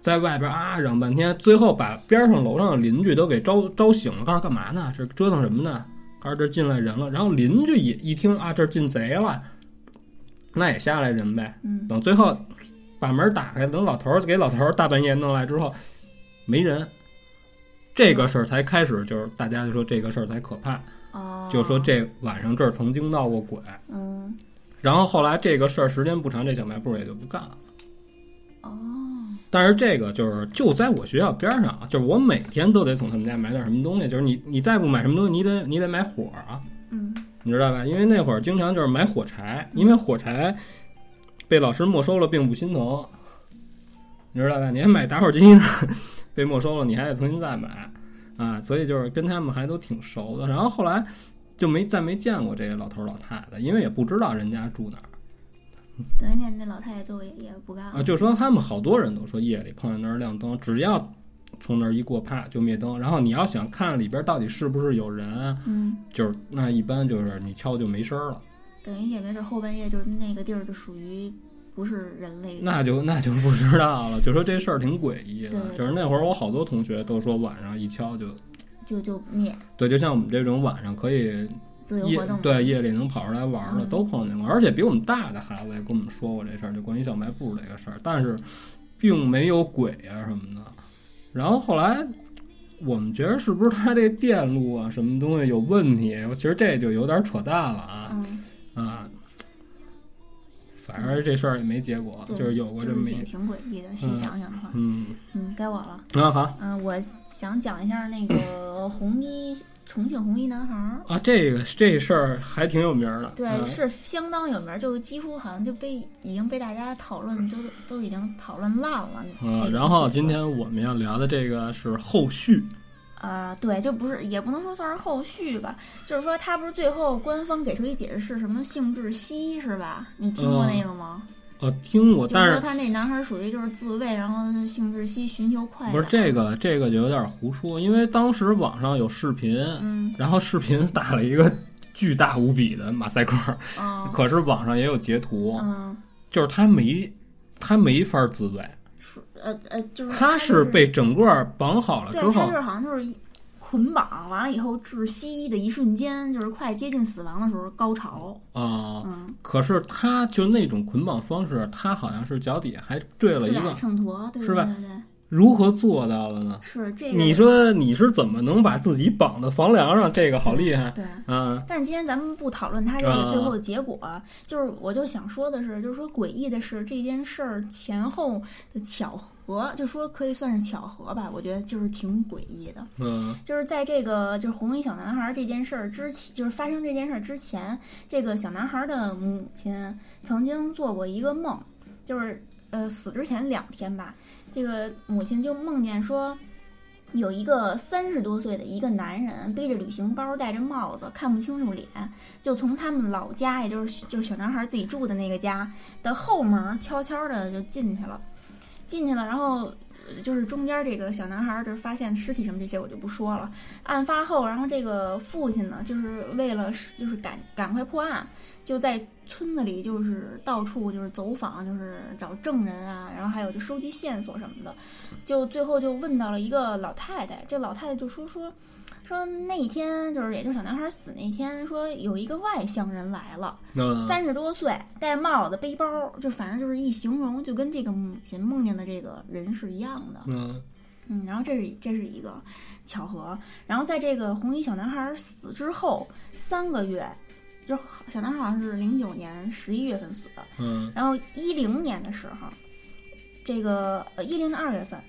A: 在外边啊嚷半天，最后把边上楼上的邻居都给招招醒了，告诉干嘛呢？这折腾什么呢？告诉这进来人了，然后邻居也一听啊，这进贼了，那也下来人呗。
D: 嗯
A: 等最后把门打开，等老头儿给老头儿大半夜弄来之后，没人，这个事儿才开始，就是大家就说这个事儿才可怕，
D: 哦，
A: 就说这晚上这儿曾经闹过鬼。
D: 嗯
A: 然后后来这个事儿时间不长，这小卖部也就不干了。
D: 哦
A: 但是这个就是就在我学校边上啊，就是我每天都得从他们家买点什么东西，就是你你再不买什么东西，你得你得买火啊，
D: 嗯
A: 你知道吧？因为那会儿经常就是买火柴，因为火柴被老师没收了并不心疼，你知道吧？你还买打火机呢，被没收了你还得重新再买啊，所以就是跟他们还都挺熟的。然后后来就没再没见过这些老头老太太，因为也不知道人家住哪儿。
D: 等于那那老太太就也也不干
A: 啊，
D: 了。
A: 就说他们好多人都说夜里碰见那儿亮灯，只要从那儿一过，啪就灭灯。然后你要想看里边到底是不是有人，
D: 嗯，
A: 就是那一般就是你敲就没声儿了，
D: 等于也没准后半夜就是那个地儿就属于不是人类。
A: 那就 那就不知道了。就说这事儿挺诡异的，
D: 对
A: 就是那会儿我好多同学都说晚上一敲就，
D: 就就灭
A: 对，就像我们这种晚上可以
D: 自由
A: 夜
D: 活动。
A: 对夜里能跑出来玩儿的
D: 嗯
A: 都碰见过，而且比我们大的孩子也跟我们说过这事儿，就关于小卖部这个事儿，但是并没有鬼啊什么的。然后后来我们觉得是不是他这电路啊什么东西有问题，其实这就有点扯淡了啊
D: 嗯，
A: 啊！反正这事儿也没结果，
D: 对，
A: 就是有过这
D: 就
A: 么
D: 是也
A: 一
D: 挺诡异的。细想想的话，
A: 嗯，
D: 嗯，该我了。
A: 那好
D: 嗯，我想讲一下那个红衣重庆红衣男孩儿。
A: 啊，这个这事儿还挺有名儿的，
D: 对，
A: 嗯
D: 是相当有名儿，就几乎好像就被已经被大家讨论，都都已经讨论烂了。那
A: 啊，
D: 个
A: 然后
D: 戏
A: 今天我们要聊的这个是后续，
D: 啊、对，就不是也不能说算是后续吧，就是说他不是最后官方给出一解释是什么性窒息是吧？你听过那个吗？
A: 呃，听我，
D: 就
A: 嗯
D: 是
A: 但
D: 说
A: 是
D: 他那男孩属于就是自卫，然后性窒息寻求快感。
A: 不是这个这个就有点胡说，因为当时网上有视频，
D: 嗯
A: 然后视频 打了一个巨大无比的马赛克，
D: 嗯
A: 可是网上也有截图，
D: 嗯，
A: 就是他没他没法自卫，
D: 是呃呃，就是
A: 他
D: 是
A: 是被整个绑好了
D: 对
A: 之
D: 他
A: 后
D: 就是，好像就是一捆绑完了以后窒息的一瞬间，就是快接近死亡的时候高潮。
A: 啊，
D: 嗯，
A: 可是他就那种捆绑方式，他好像是脚底下还坠了
D: 自
A: 一
D: 打
A: 个，
D: 秤砣，对
A: 是
D: 对
A: 吧
D: 对对，
A: 如何做到的呢？
D: 是这个。
A: 你说你是怎么能把自己绑到房梁上？这个好厉害，
D: 对。
A: 嗯
D: 但是今天咱们不讨论他这个
A: 啊
D: 最后的结果，就是我就想说的是，就是说诡异的是这件事儿前后的巧合，就说可以算是巧合吧，我觉得就是挺诡异的。
A: 嗯
D: 就是在这个就是红衣小男孩这件事儿之前，就是发生这件事儿之前，这个小男孩的母亲曾经做过一个梦，就是呃死之前两天吧，这个母亲就梦见说。有一个三十多岁的一个男人，背着旅行包，戴着帽子，看不清楚脸，就从他们老家，也就是就是小男孩自己住的那个家的后门，悄悄的就进去了。进去了，然后呃就是中间这个小男孩儿就是发现尸体什么这些我就不说了。案发后，然后这个父亲呢，就是为了是就是赶赶快破案，就在村子里就是到处就是走访，就是找证人啊，然后还有就收集线索什么的，就最后就问到了一个老太太，这老太太就说说。说那天就是，也就是小男孩儿死那天，说有一个外乡人来了，
A: 那
D: 三十多岁，戴帽子、背包，就反正就是一形容，就跟这个母亲梦见的这个人是一样的。
A: 嗯
D: 嗯，然后这是这是一个巧合。然后在这个红衣小男孩死之后三个月，就是小男孩好像是零九年十一月份死的，
A: 嗯
D: 然后一零年的时候，这个呃一零的二月份，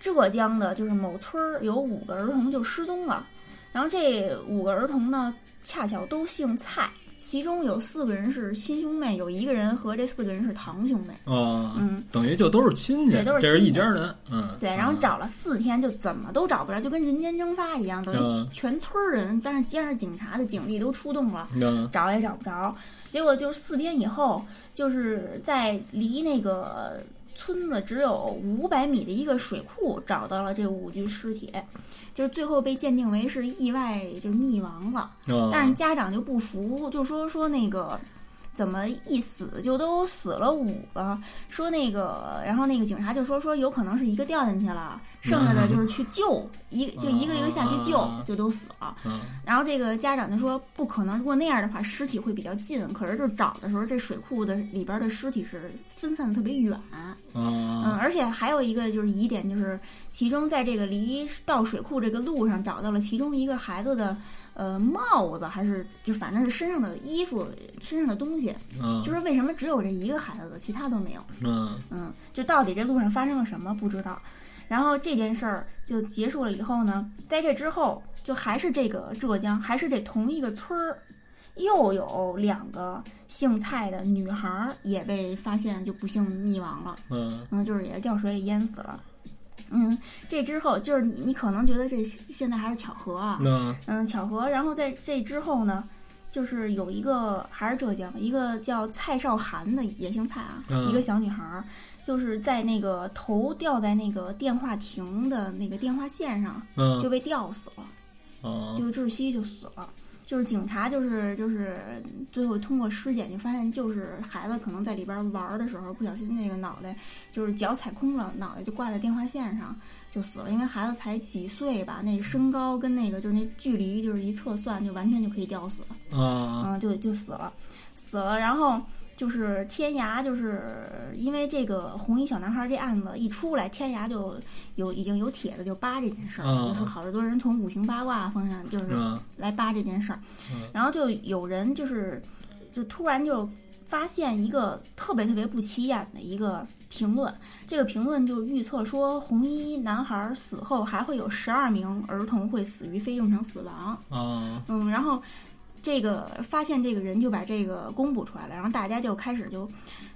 D: 浙江的就是某村儿有五个儿童就失踪了，然后这五个儿童呢，恰巧都姓蔡，其中有四个人是亲兄妹，有一个人和这四个人是堂兄妹。
A: 哦，
D: 嗯
A: 等于就都是亲戚，
D: 对都是
A: 这是
D: 亲
A: 一
D: 戚
A: 家人，嗯，
D: 对，然后
A: 嗯
D: 找了四天，就怎么都找不着，就跟人间蒸发一样，等于
A: 嗯
D: 全村儿人，但是街上警察的警力都出动了，
A: 那
D: 找也找不着。结果就是四天以后，就是在离那个村子只有五百米的一个水库找到了这五具尸体，就是最后被鉴定为是意外就是溺亡了。
A: 那
D: 但是家长就不服，就说说那个怎么一死就都死了五个，说那个，然后那个警察就说说有可能是一个掉进去了，剩下的就是去救，一就一个一个下去救
A: 啊，
D: 就都死了。
A: 嗯
D: 然后这个家长就说不可能，如果那样的话，尸体会比较近，可是就找的时候，这水库的里边的尸体是分散的特别远。嗯，
A: 啊
D: 而且还有一个就是疑点，就是其中在这个离到水库这个路上找到了其中一个孩子的呃帽子，还是就反正是身上的衣服、身上的东西，
A: 嗯
D: 就是为什么只有这一个孩子的，其他都没有？
A: 嗯
D: 嗯，就到底这路上发生了什么不知道。然后这件事儿就结束了以后呢，在这之后就还是这个浙江，还是这同一个村儿，又有两个姓蔡的女孩儿也被发现就不幸溺亡了。
A: 嗯
D: 嗯，就是也是掉水里淹死了。嗯，这之后就是你，你可能觉得这现在还是巧合啊，
A: 那
D: 嗯，巧合。然后在这之后呢，就是有一个还是浙江一个叫蔡少涵的，也姓蔡啊，
A: 嗯
D: 一个小女孩儿，就是在那个头掉在那个电话亭的那个电话线上，就
A: 嗯
D: 被吊死了。
A: 哦
D: 就窒息就死了。就是警察，就是就是最后通过尸检就发现，就是孩子可能在里边玩儿的时候不小心那个脑袋就是脚踩空了，脑袋就挂在电话线上就死了。因为孩子才几岁吧，那身高跟那个就是那距离就是一测算就完全就可以吊死。
A: 啊
D: 嗯，就就死了，死了。然后就是天涯，就是因为这个红衣小男孩这案子一出来，天涯就有已经有帖子就扒这件事儿了，
A: 嗯
D: 就说好多人从五行八卦方向就是
A: 嗯
D: 来扒这件事儿
A: 嗯，
D: 然后就有人就是就突然就发现一个特别特别不起眼的一个评论，这个评论就预测说红衣男孩死后还会有十二名儿童会死于非正常死亡。
A: 啊
D: 嗯，然后这个发现这个人就把这个公布出来了，然后大家就开始就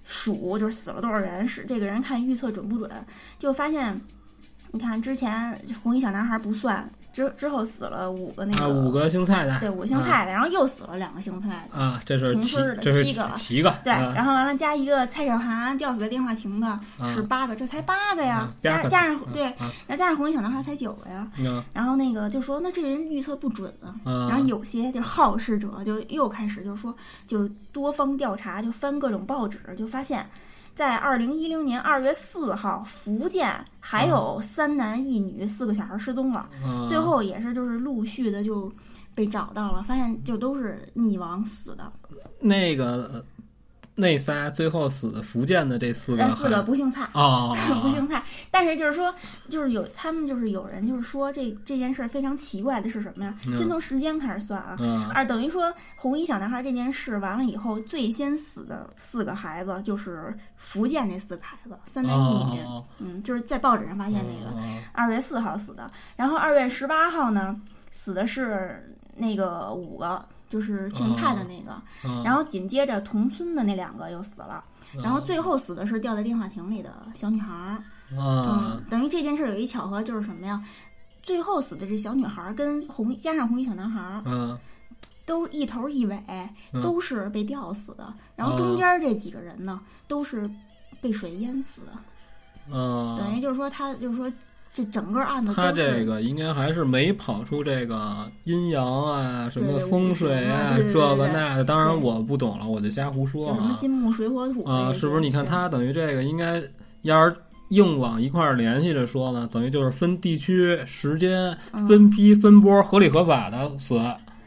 D: 数，就是死了多少人，是这个人看预测准不准，就发现，你看之前红衣小男孩不算。之之后死了五个那个、
A: 啊，五个姓蔡的，
D: 对五个姓蔡的，然后又死了两个姓蔡的，
A: 啊啊，这是
D: 同
A: 七
D: 村儿，的
A: 这是
D: 七个了
A: 七个，
D: 对，
A: 啊
D: 然后完了加一个蔡少涵吊死在电话亭的是八个，这才八个呀
A: 啊，边儿
D: 加
A: 可
D: 加上
A: 嗯
D: 对，
A: 啊
D: 然后加上红衣小男孩才九个呀。
A: 嗯
D: 然后那个就说，那这人预测不准啊。
A: 嗯
D: 然后有些就是好事者就又开始就说，就多方调查，就翻各种报纸，就发现，在二零一零年二月四号，福建还有三男一女四个小孩失踪了，
A: 嗯
D: 最后也是就是陆续的就被找到了，发现就都是溺亡死的。
A: 那个呃那仨最后死的福建的这四个
D: 呃，
A: 还，
D: 四个不姓蔡。
A: 哦，
D: 不姓蔡，但是就是说，就是有他们就是有人就是说这这件事儿非常奇怪的是什么呀？
A: 嗯
D: 先从时间开始算啊，
A: 嗯
D: 二等于说红衣小男孩这件事完了以后，最先死的四个孩子就是福建那四个孩子，三男一女，
A: 哦
D: 嗯，就是在报纸上发现那个
A: 哦
D: 二月四号死的，然后二月十八号呢死的是那个五个，就是姓蔡的那个，
A: 哦
D: 然后紧接着同村的那两个又死了，
A: 嗯
D: 然后最后死的是掉在电话亭里的小女孩儿。
A: 啊
D: 嗯，等于这件事儿有一巧合，就是什么呀？最后死的这小女孩儿跟红加上红衣小男孩儿
A: 嗯
D: 都一头一尾
A: 嗯
D: 都是被吊死的，然后中间儿这几个人呢都是被水淹死的，
A: 嗯，
D: 等于就是说他就是说这整个案子
A: 他
D: 都
A: 这
D: 是。
A: 个应该还是没跑出这个阴阳啊，什么
D: 对
A: 风水啊，
D: 五行啊对对对
A: 这个
D: 对
A: 那的。当然
D: 对
A: 我不懂了，我就瞎胡说
D: 就什么
A: 啊。
D: 金木水火土
A: 啊、
D: 这些
A: 是不是？你看
D: 对
A: 他等于这个应该要是。硬往一块儿联系着说呢，等于就是分地区、时间、
D: 嗯
A: 分批、分波，合理合法的死。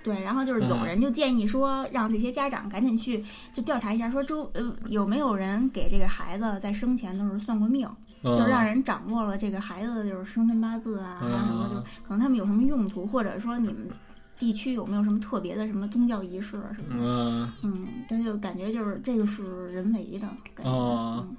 D: 对，然后就是有
A: 嗯
D: 人就建议说，让这些家长赶紧去就调查一下，说周呃有没有人给这个孩子在生前都是算过命，
A: 嗯、
D: 就是让人掌握了这个孩子的就是生辰八字啊，还有什么就
A: 嗯
D: 可能他们有什么用途，或者说你们地区有没有什么特别的什么宗教仪式啊什么的。
A: 嗯、
D: 嗯，但就感觉就是这个是人为的感觉。
A: 哦
D: 嗯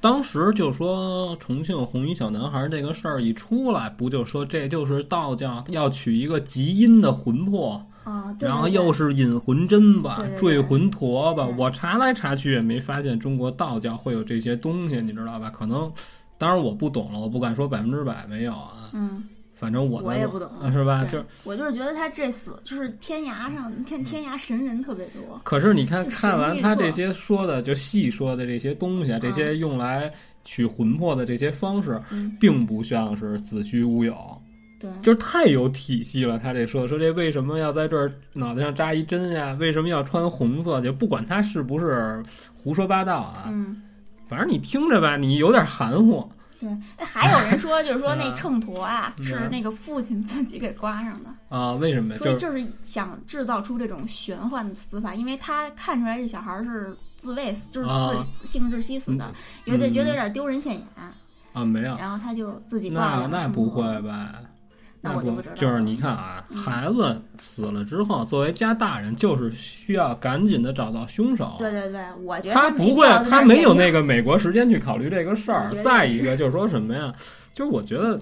A: 当时就说重庆红衣小男孩这个事儿一出来，不就说这就是道教要取一个极阴的魂魄，
D: 啊，对对
A: 然后
D: 对
A: 又是引魂针吧
D: 对对、对
A: 坠魂陀吧，
D: 对
A: 我查来查去也没发现中国道教会有这些东西，你知道吧？可能，当然我不懂了，我不敢说百分之百没有啊，
D: 嗯，
A: 反正我
D: 我
A: 能
D: 也不懂
A: 啊是吧？
D: 对
A: 就嗯
D: 我就是觉得他这死就是天涯上天天涯神人特别多。
A: 可是你看
D: 就
A: 看完
D: 神秘
A: 他
D: 错
A: 这些说的，就细说的这些东西啊，这些用来取魂魄的这些方式，
D: 嗯，
A: 并不像是子虚乌有。
D: 对，
A: 就是太有体系了。他这说说这为什么要在这儿脑袋上扎一针呀？为什么要穿红色？就不管他是不是胡说八道啊，
D: 嗯，
A: 反正你听着吧，你有点含糊。
D: 对。哎还有人说，就是说那
A: 嗯
D: 秤砣啊，
A: 嗯
D: 是那个父亲自己给刮上的。
A: 啊，为什么呀？
D: 所以
A: 就是
D: 就是想制造出这种玄幻的死法，因为他看出来这小孩儿是自卫死，就是自、
A: 啊嗯
D: 性窒息死的，有点觉得有点丢人现眼，
A: 啊，没有，
D: 然后他就自己挂
A: 那
D: 了。
A: 那不会吧？
D: 那
A: 那
D: 我就不
A: 不
D: 知道了嗯
A: 就是你看啊，孩子死了之后，作为家大人，就是需要赶紧的找到凶手。
D: 对对对，我觉得
A: 他
D: 没
A: 不
D: 必
A: 会啊
D: 要，在
A: 他
D: 这儿
A: 没有
D: 研究
A: 那个美国时间去考虑这个事儿
D: 我觉。得
A: 再一个就是说什么呀？就是我觉得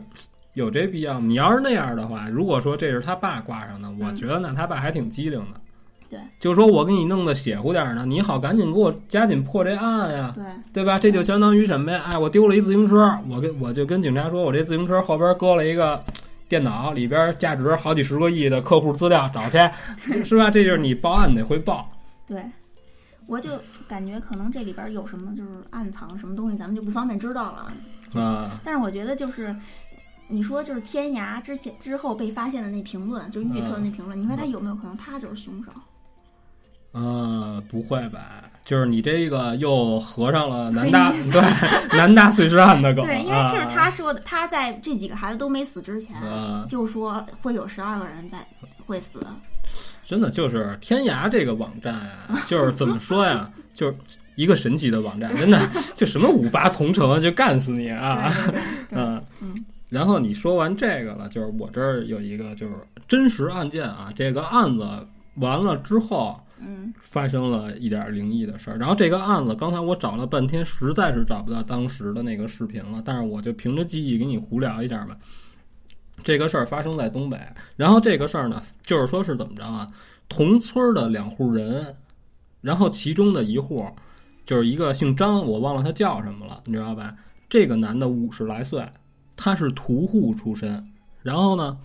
A: 有这必要吗。你要是那样的话，如果说这是他爸挂上的，我觉得那他爸还挺机灵的。
D: 嗯对，
A: 就是说我给你弄得邪乎点儿呢，你好赶紧给我加紧破这案呀、
D: 对
A: 对吧？这就相当于什么呀？哎，我丢了一自行车，我跟我就跟警察说，我这自行车后边搁了一个电脑，里边价值好几十个亿的客户资料，找去， 是吧？这就是你报案得会报。
D: 对。我就感觉可能这里边有什么就是暗藏什么东西，咱们就不方便知道了。
A: 啊，
D: 但是我觉得就是，你说就是天涯之前之后被发现的那评论，就预测的那评论，你说他有没有可能他就是凶手？
A: 嗯，不会吧？就是你这个又合上了南大 对南大碎尸案的梗，
D: 对，因为就是他
A: 啊
D: 说的，他在这几个孩子都没死之前，
A: 嗯
D: 就说会有十二个人在会死。
A: 啊真的就是天涯这个网站啊，就是怎么说呀， 就是一个神奇的网站，真的就什么五八同城就干死你啊！
D: 对对对对
A: 嗯
D: 嗯，
A: 然后你说完这个了，就是我这儿有一个就是真实案件啊，这个案子完了之后。
D: 嗯
A: 发生了一点灵异的事儿，然后这个案子，刚才我找了半天，实在是找不到当时的那个视频了，但是我就凭着记忆给你胡聊一下吧。这个事儿发生在东北，然后这个事儿呢，就是说是怎么着啊？同村儿的两户人，然后其中的一户就是一个姓张，我忘了他叫什么了，你知道吧？这个男的五十来岁，他是屠户出身，然后呢，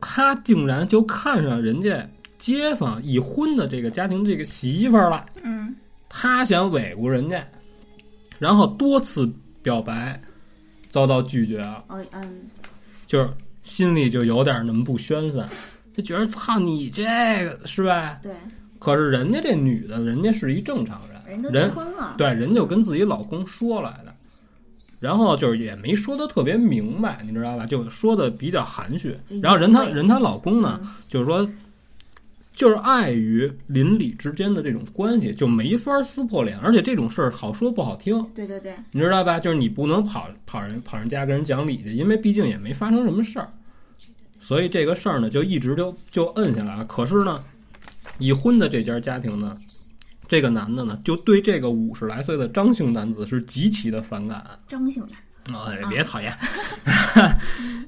A: 他竟然就看上人家街坊已婚的这个家庭这个媳妇儿了，
D: 嗯
A: 他想委屈人家，然后多次表白，遭到拒绝了。
D: 哦嗯，
A: 就是心里就有点那么不宣愤，就觉得操你这个是吧？
D: 对，
A: 可是人家这女的，人家是一正常人
D: 人，都结
A: 人
D: 婚了，
A: 对人就跟自己老公说来的，然后就是也没说的特别明白，你知道吧？就说的比较含蓄。然后人她
D: 隐晦
A: 人她老公呢，就是说。就是碍于邻里之间的这种关系，就没法撕破脸，而且这种事儿好说不好听，
D: 对对对，
A: 你知道吧？就是你不能跑跑人跑人家跟人讲理去，因为毕竟也没发生什么事儿，所以这个事儿呢就一直就就摁下来了。可是呢，已婚的这家家庭呢，这个男的呢就对这个五十来岁的张姓男子是极其的反感。
D: 张姓男子，
A: 哎，别讨厌。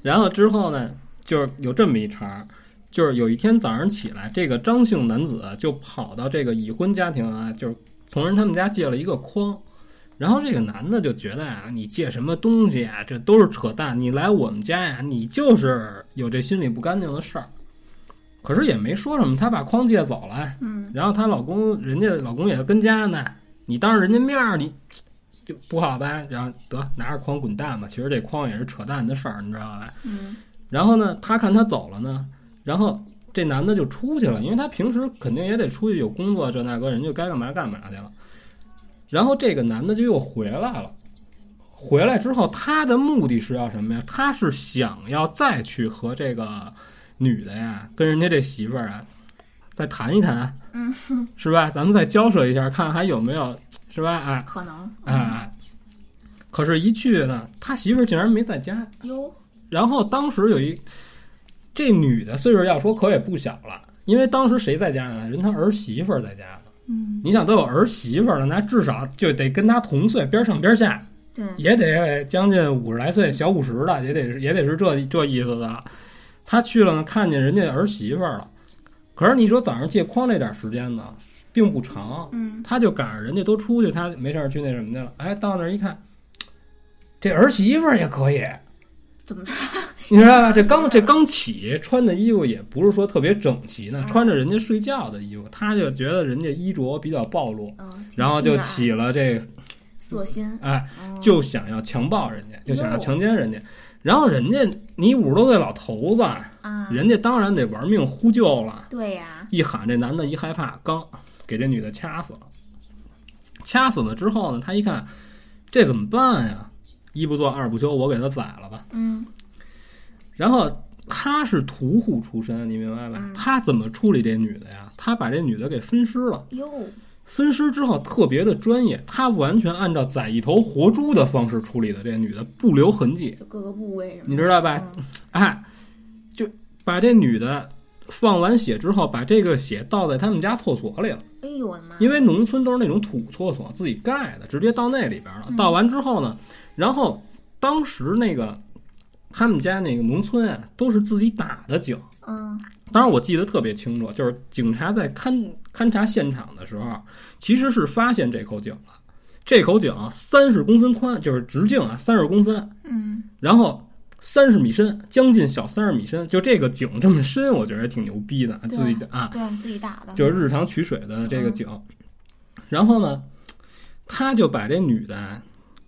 A: 然后之后呢，就是有这么一茬儿，就是有一天早上起来，这个张姓男子啊就跑到这个已婚家庭啊，就是同人他们家借了一个筐。然后这个男的就觉得啊，你借什么东西啊，这都是扯淡。你来我们家呀、你就是有这心里不干净的事儿。可是也没说什么，他把筐借走了。
D: 嗯，
A: 然后她老公，人家老公也跟家呢，你当着人家面儿，你就不好吧？然后得拿着筐滚蛋吧。其实这筐也是扯淡的事儿，你知道吧？
D: 嗯。
A: 然后呢，她看他走了呢，然后这男的就出去了，因为他平时肯定也得出去有工作这那个，人就该干嘛干嘛去了。然后这个男的就又回来了。回来之后，他的目的是要什么呀？他是想要再去和这个女的呀，跟人家这媳妇儿啊，再谈一谈，
D: 嗯，
A: 是吧？咱们再交涉一下，看还有没有，是吧？哎
D: 可能
A: 哎，可是，一去呢，他媳妇儿竟然没在家。
D: 哟，
A: 然后当时有一这女的岁数要说可也不小了，因为当时谁在家呢？人她儿媳妇儿在家呢。
D: 嗯，
A: 你想都有儿媳妇儿了，那至少就得跟她同岁，边上边下，
D: 对，
A: 也得将近五十来岁，小五十了，也得是也得是这这意思的。他去了呢，看见人家儿媳妇儿了，可是你说早上借筐这点时间呢，并不长，
D: 嗯，
A: 他就赶上人家都出去，他没事儿去那什么去了。哎，到那儿一看，这儿媳妇儿也可以，
D: 怎么
A: 你知道吧？这刚这刚起穿的衣服也不是说特别整齐呢，穿着人家睡觉的衣服，他就觉得人家衣着比较暴露，
D: 嗯，挺
A: 然后就
D: 新的啊
A: 起了这
D: 色心，
A: 哎，
D: 哦
A: 就想要强暴人家，就想要强奸人家。然后人家你五十多岁老头子，
D: 啊，
A: 人家当然得玩命呼救了。
D: 对呀，
A: 一喊这男的一害怕，刚给这女的掐死了。掐死了之后呢，他一看这怎么办呀？一不做二不休，我给他宰了吧。
D: 嗯，
A: 然后他是屠户出身，你明白吧？
D: 嗯
A: 他怎么处理这女的呀？他把这女的给分尸了。
D: 哟，
A: 分尸之后特别的专业，他完全按照宰一头活猪的方式处理的这女的，不留痕迹，
D: 就各个部位什么
A: 你
D: 的，
A: 知道吧？哎，就把这女的放完血之后，把这个血倒在他们家厕所里了，
D: 哎呦我的妈，
A: 因为农村都是那种土厕所，自己盖的，直接倒那里边了。倒完之后呢，然后当时那个他们家那个农村啊，都是自己打的井，
D: 嗯，
A: 当然我记得特别清楚，就是警察在勘勘察现场的时候，其实是发现这口井了。这口井啊三十公分宽，就是直径啊三十公分，
D: 嗯，
A: 然后三十米深，将近小三十米深，就这个井这么深，我觉得也挺牛逼的，自己的啊，
D: 对，自己打的，
A: 就是日常取水的这个井。然后呢，他就把这女的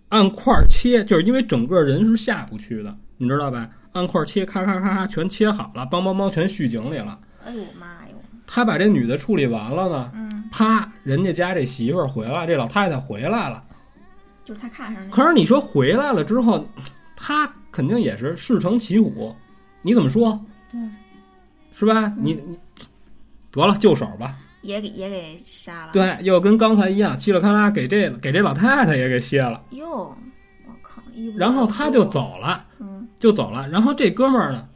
A: 按块儿切，就是因为整个人是下不去的，你知道吧？按块儿切，咔咔咔咔全切好了，梆梆梆全续井里了。
D: 哎呦我妈哟，
A: 他把这女的处理完了呢，
D: 嗯，
A: 啪，人家家这媳妇儿回来，这老太太回来了。
D: 就是他看上那
A: 可是你说回来了之后，她肯定也是事成其虎，你怎么说？
D: 对，
A: 是吧？你你得了，就手吧。
D: 也给也给杀了，，
A: 对，又跟刚才一样，嘁哩喀啦给这给这老太太也给歇了，
D: 哟，我靠，衣服，
A: 然后他就，走了，
D: 嗯，
A: 就走了。然后这哥们儿呢，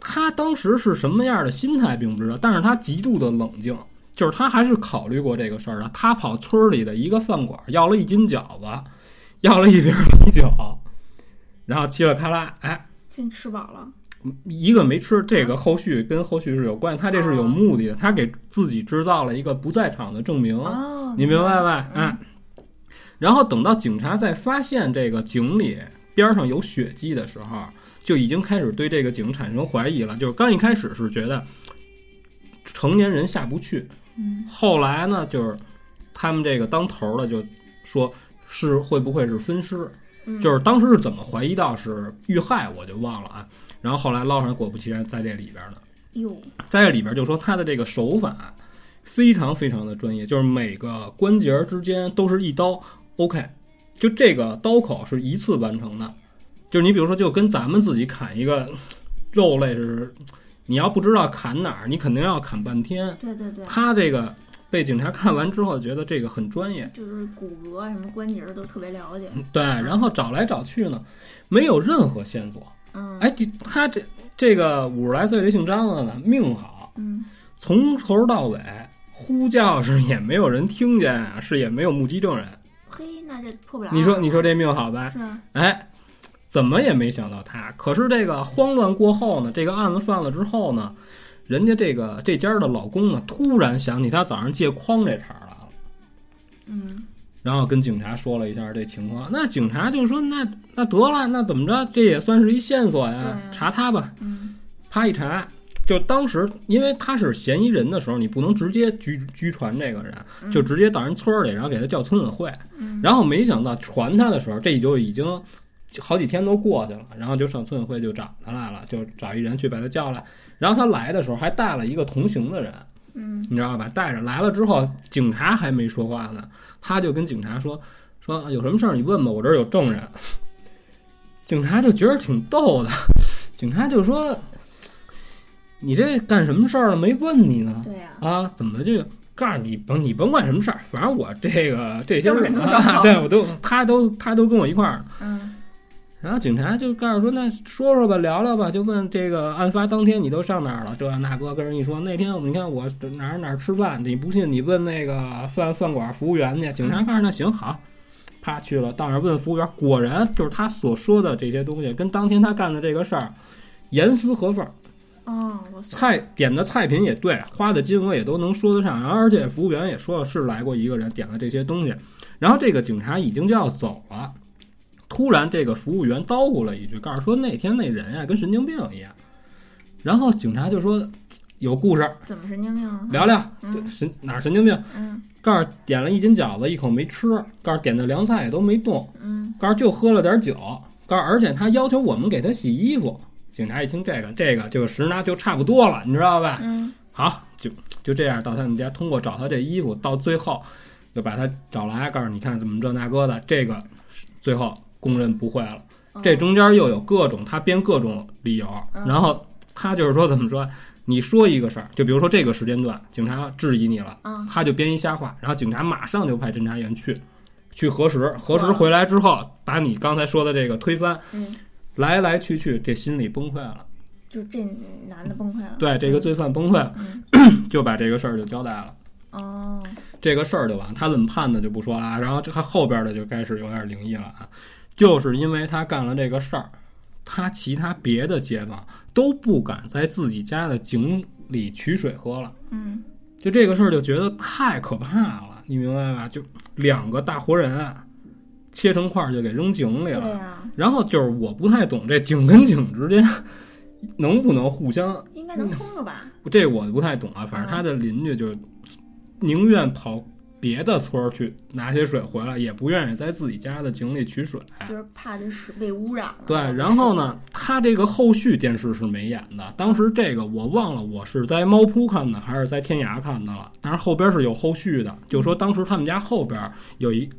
A: 他当时是什么样的心态并不知道，但是他极度的冷静，就是他还是考虑过这个事儿的。他跑村儿里的一个饭馆要了一斤饺子，要了一瓶啤酒，然后嘁哩喀啦，哎，
D: 真吃饱了，
A: 一个没吃，这个后续跟后续是有关，他这是有目的的，他给自己制造了一个不在场的证明，
D: 哦，
A: 你明白吧？哎，然后等到警察在发现这个井里边上有血迹的时候，就已经开始对这个景产生怀疑了。就是刚一开始是觉得成年人下不去，
D: 嗯
A: 后来呢，就是他们这个当头儿的就说是会不会是分尸，
D: 嗯，
A: 就是当时是怎么怀疑到是遇害，我就忘了啊。然后后来捞上来，果不其然在这里边呢。
D: 哟，
A: 在这里边就说他的这个手法非常非常的专业，就是每个关节之间都是一刀，OK，就这个刀口是一次完成的，就是你比如说就跟咱们自己砍一个肉类是，你要不知道砍哪儿，你肯定要砍半天。
D: 对对对，
A: 他这个被警察看完之后，觉得这个很专业，
D: 就是骨骼啊什么关节都特别了解，
A: 对，然后找来找去呢，没有任何线索。
D: 嗯，
A: 哎，他这这个五十来岁这姓张的呢，命好，
D: 嗯
A: 从头到尾呼叫是也没有人听见啊，是也没有目击证人。
D: 嘿，那这破不了啊，
A: 你说，你说这命好吧？
D: 是啊，
A: 哎，怎么也没想到他。可是这个慌乱过后呢，这个案子犯了之后呢，人家这个这家的老公呢，突然想起他早上借筐这茬儿来了，啊
D: 嗯
A: 然后跟警察说了一下这情况。那警察就说：“那那得了，那怎么着？这也算是一线索
D: 对
A: 呀
D: 啊，
A: 查他吧。”
D: 嗯
A: 啪一查，就当时因为他是嫌疑人的时候，你不能直接拘拘传这个人，就直接到人村儿里，然后给他叫村委会。
D: 嗯，
A: 然后没想到传他的时候，这就已经好几天都过去了，然后就上村委会就找他来了，就找一人去把他叫来。然后他来的时候还带了一个同行的人，
D: 嗯
A: 你知道吧？带着来了之后，警察还没说话呢，他就跟警察说说啊有什么事儿你问吧，我这儿有证人。 警察就觉得挺逗的，警察就说：“你这干什么事儿了？没问你呢
D: 对呀，
A: 啊？怎么就告诉你甭你甭管什么事儿，反正我这个这些
D: 就是
A: 事
D: 很
A: 儿
D: 多小
A: 啊，
D: 偷
A: 对我都他都他都跟我一块儿呢。
D: 嗯
A: 然后警察就告诉说，那说说吧，聊聊吧，就问这个案发当天你都上哪儿了？这那哥跟人一说，那天我们你看我哪儿哪儿吃饭，你不信你问那个饭饭馆服务员去。警察告诉那行好，啪去了，到那儿问服务员，果然就是他所说的这些东西跟当天他干的这个事儿严丝合缝，
D: 哦，我操，
A: 菜点的菜品也对，花的金额也都能说得上，然后而且服务员也说了是来过一个人点了这些东西，然后这个警察已经就要走了，突然这个服务员叨咕了一句，告诉说那天那人啊跟神经病一样，然后警察就说有故事
D: 怎么神经病啊？
A: 聊聊，
D: 嗯
A: 这神哪儿神经病？
D: 嗯
A: 告诉点了一斤饺子，一口没吃，告诉点的凉菜也都没动，
D: 嗯
A: 告诉就喝了点酒，告诉而且他要求我们给他洗衣服。警察一听这个，这个就十拿就差不多了，你知道吧？
D: 嗯
A: 好，就就这样到他们家，通过找他这衣服，到最后就把他找来，告诉你看怎么这那哥的，这个最后供认不讳了。这中间又有各种他编各种理由，
D: 哦嗯
A: 然后他就是说怎么说，你说一个事儿，就比如说这个时间段警察质疑你了，
D: 嗯
A: 他就编一瞎话，然后警察马上就派侦查员去去核实，核实
D: 哇
A: 回来之后把你刚才说的这个推翻，
D: 嗯，
A: 来来去去这心理崩溃了，
D: 就这男的崩溃了，
A: 对这个罪犯崩溃了，
D: 嗯
A: 就把这个事儿就交代了。
D: 哦，
A: 这个事儿就完，他怎么判的就不说了啊。然后这他后边的就开始有点灵异了啊，就是因为他干了这个事儿，他其他别的街坊都不敢在自己家的井里取水喝了，
D: 嗯
A: 就这个事儿就觉得太可怕了，你明白吧？就两个大活人啊，切成块儿就给扔井里
D: 对啊
A: 了。
D: 呀，
A: 然后就是我不太懂这井跟井之间能不能互相
D: 应该能通着吧？
A: 这我不太懂啊，反
D: 嗯
A: 正他的邻居就是宁愿跑别的村儿去拿些水回来，也不愿意在自己家的井里取水。
D: 就是怕这水被污染了。
A: 嗯对，然后呢，他这个后续电视是没演的。当时这个我忘了，我是在猫扑看的还是在天涯看的了。但是后边是有后续的，就
D: 嗯
A: 说当时他们家后边有一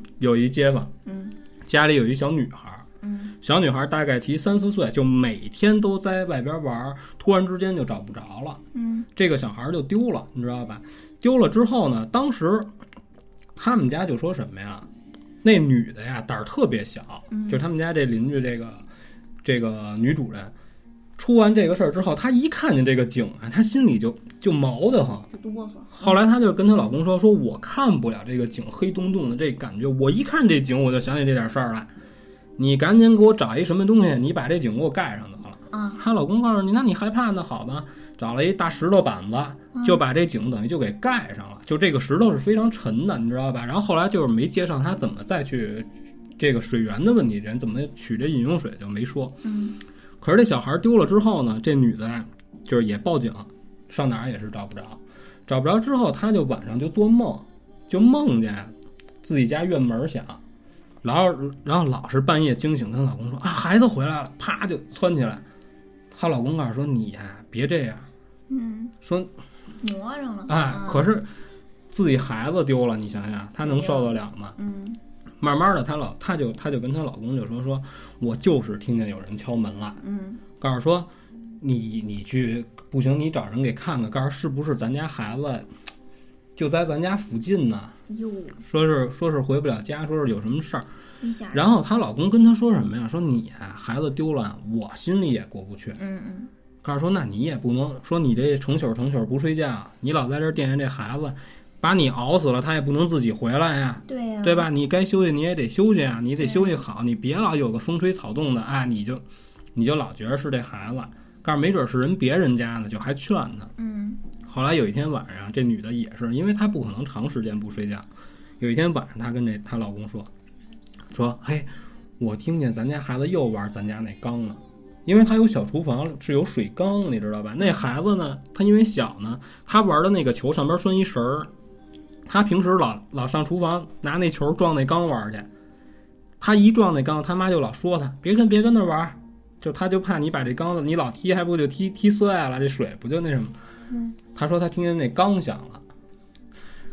A: 有一街坊，
D: 嗯
A: 家里有一小女孩儿，
D: 嗯
A: 小女孩大概其三四岁，就每天都在外边玩儿，突然之间就找不着了。
D: 嗯
A: 这个小孩儿就丢了，你知道吧？丢了之后呢，当时他们家就说什么呀？那女的呀胆儿特别小，就他们家这邻居这个这个女主人，出完这个事儿之后，她一看见这个井啊，她心里就就毛得慌。
D: 就哆嗦。
A: 后来她就跟她老公说：“说我看不了这个井黑洞洞的这感觉，我一看这井我就想起这点事儿来，你赶紧给我找一什么东西，你把这井给我盖上得了。”
D: 啊，
A: 她老公告诉你，那你害怕那好吧，找了一大石头板子，
D: 嗯
A: 就把这井等于就给盖上了。就这个石头是非常沉的，你知道吧？然后后来就是没接上他怎么再去这个水源的问题，人怎么取这饮用水就没说。
D: 嗯
A: 可是这小孩丢了之后呢，这女的呀就是也报警，上哪儿也是找不着，找不着之后，她就晚上就做梦，就梦见自己家院门响，然后然后老是半夜惊醒，跟老公说啊孩子回来了，啪就窜起来。她老公告诉说你呀、别这样，
D: 嗯，
A: 说
D: 磨上了。
A: 哎，
D: 嗯
A: 可是自己孩子丢了，你想想，她能受得了吗？
D: 嗯
A: 慢慢的，她老她就她就跟她老公就说说，我就是听见有人敲门了，
D: 嗯
A: 告诉说你你去不行，你找人给看看，告诉是不是咱家孩子就在咱家附近呢？
D: 哟，
A: 说是说是回不了家，说是有什么事儿。
D: 一下。
A: 然后她老公跟她说什么呀？说你啊，孩子丢了，我心里也过不去。
D: 嗯嗯
A: 告诉说，那你也不能说你这成宿成宿不睡觉，你老在这儿惦记这孩子，把你熬死了，他也不能自己回来呀，，
D: 对呀、
A: 对？吧？你该休息你也得休息啊，你得休息好，你别老有个风吹草动的啊，你就你就老觉得是这孩子，告诉没准是人别人家呢，就还劝他。
D: 嗯
A: 后来有一天晚上，这女的也是，因为她不可能长时间不睡觉。有一天晚上，她跟这她老公说：“说，嘿，我听见咱家孩子又玩咱家那缸了，因为他有小厨房，是有水缸，你知道吧？那孩子呢，他因为小呢，他玩的那个球上边拴一绳儿，他平时老老上厨房拿那球撞那缸玩去。他一撞那缸，他妈就老说他别跟别跟那玩儿，就他就怕你把这缸子你老踢，还不就踢踢碎了，这水不就那什么。”
D: 嗯
A: 她说她听见那缸响了，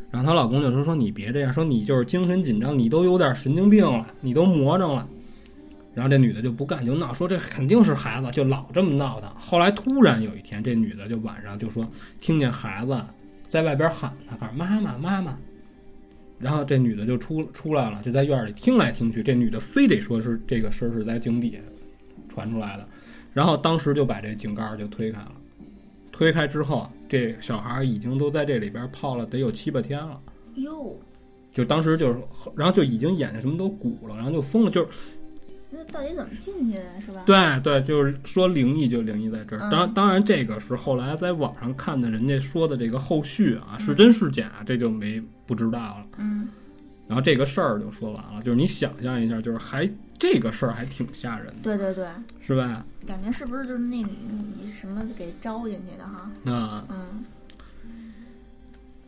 A: 然后她老公就说说你别这样，说你就是精神紧张，你都有点神经病了，你都魔怔了。然后这女的就不干就闹，说这肯定是孩子，就老这么闹腾。后来突然有一天，这女的就晚上就说听见孩子在外边喊她，喊妈妈妈妈。然后这女的就出出来了，就在院里听来听去，这女的非得说是这个声儿是在井底下传出来的，然后当时就把这井盖儿就推开了。推开之后，这小孩已经都在这里边泡了得有七八天了，
D: 哟，
A: 就当时就是，然后就已经眼睛什么都鼓了，然后就疯了，就是
D: 那到底怎么进去的，是吧？
A: 对对，就是说灵异就灵异在这儿。
D: 嗯
A: 当当然，这个是后来在网上看的人家说的这个后续啊，是真是假，这就没不知道了。
D: 嗯
A: 然后这个事儿就说完了，就是你想象一下，就是还这个事儿还挺吓人的，
D: 对对对，
A: 是吧？
D: 感觉是不是就是那你什么给招进去的哈？
A: 那
D: 嗯，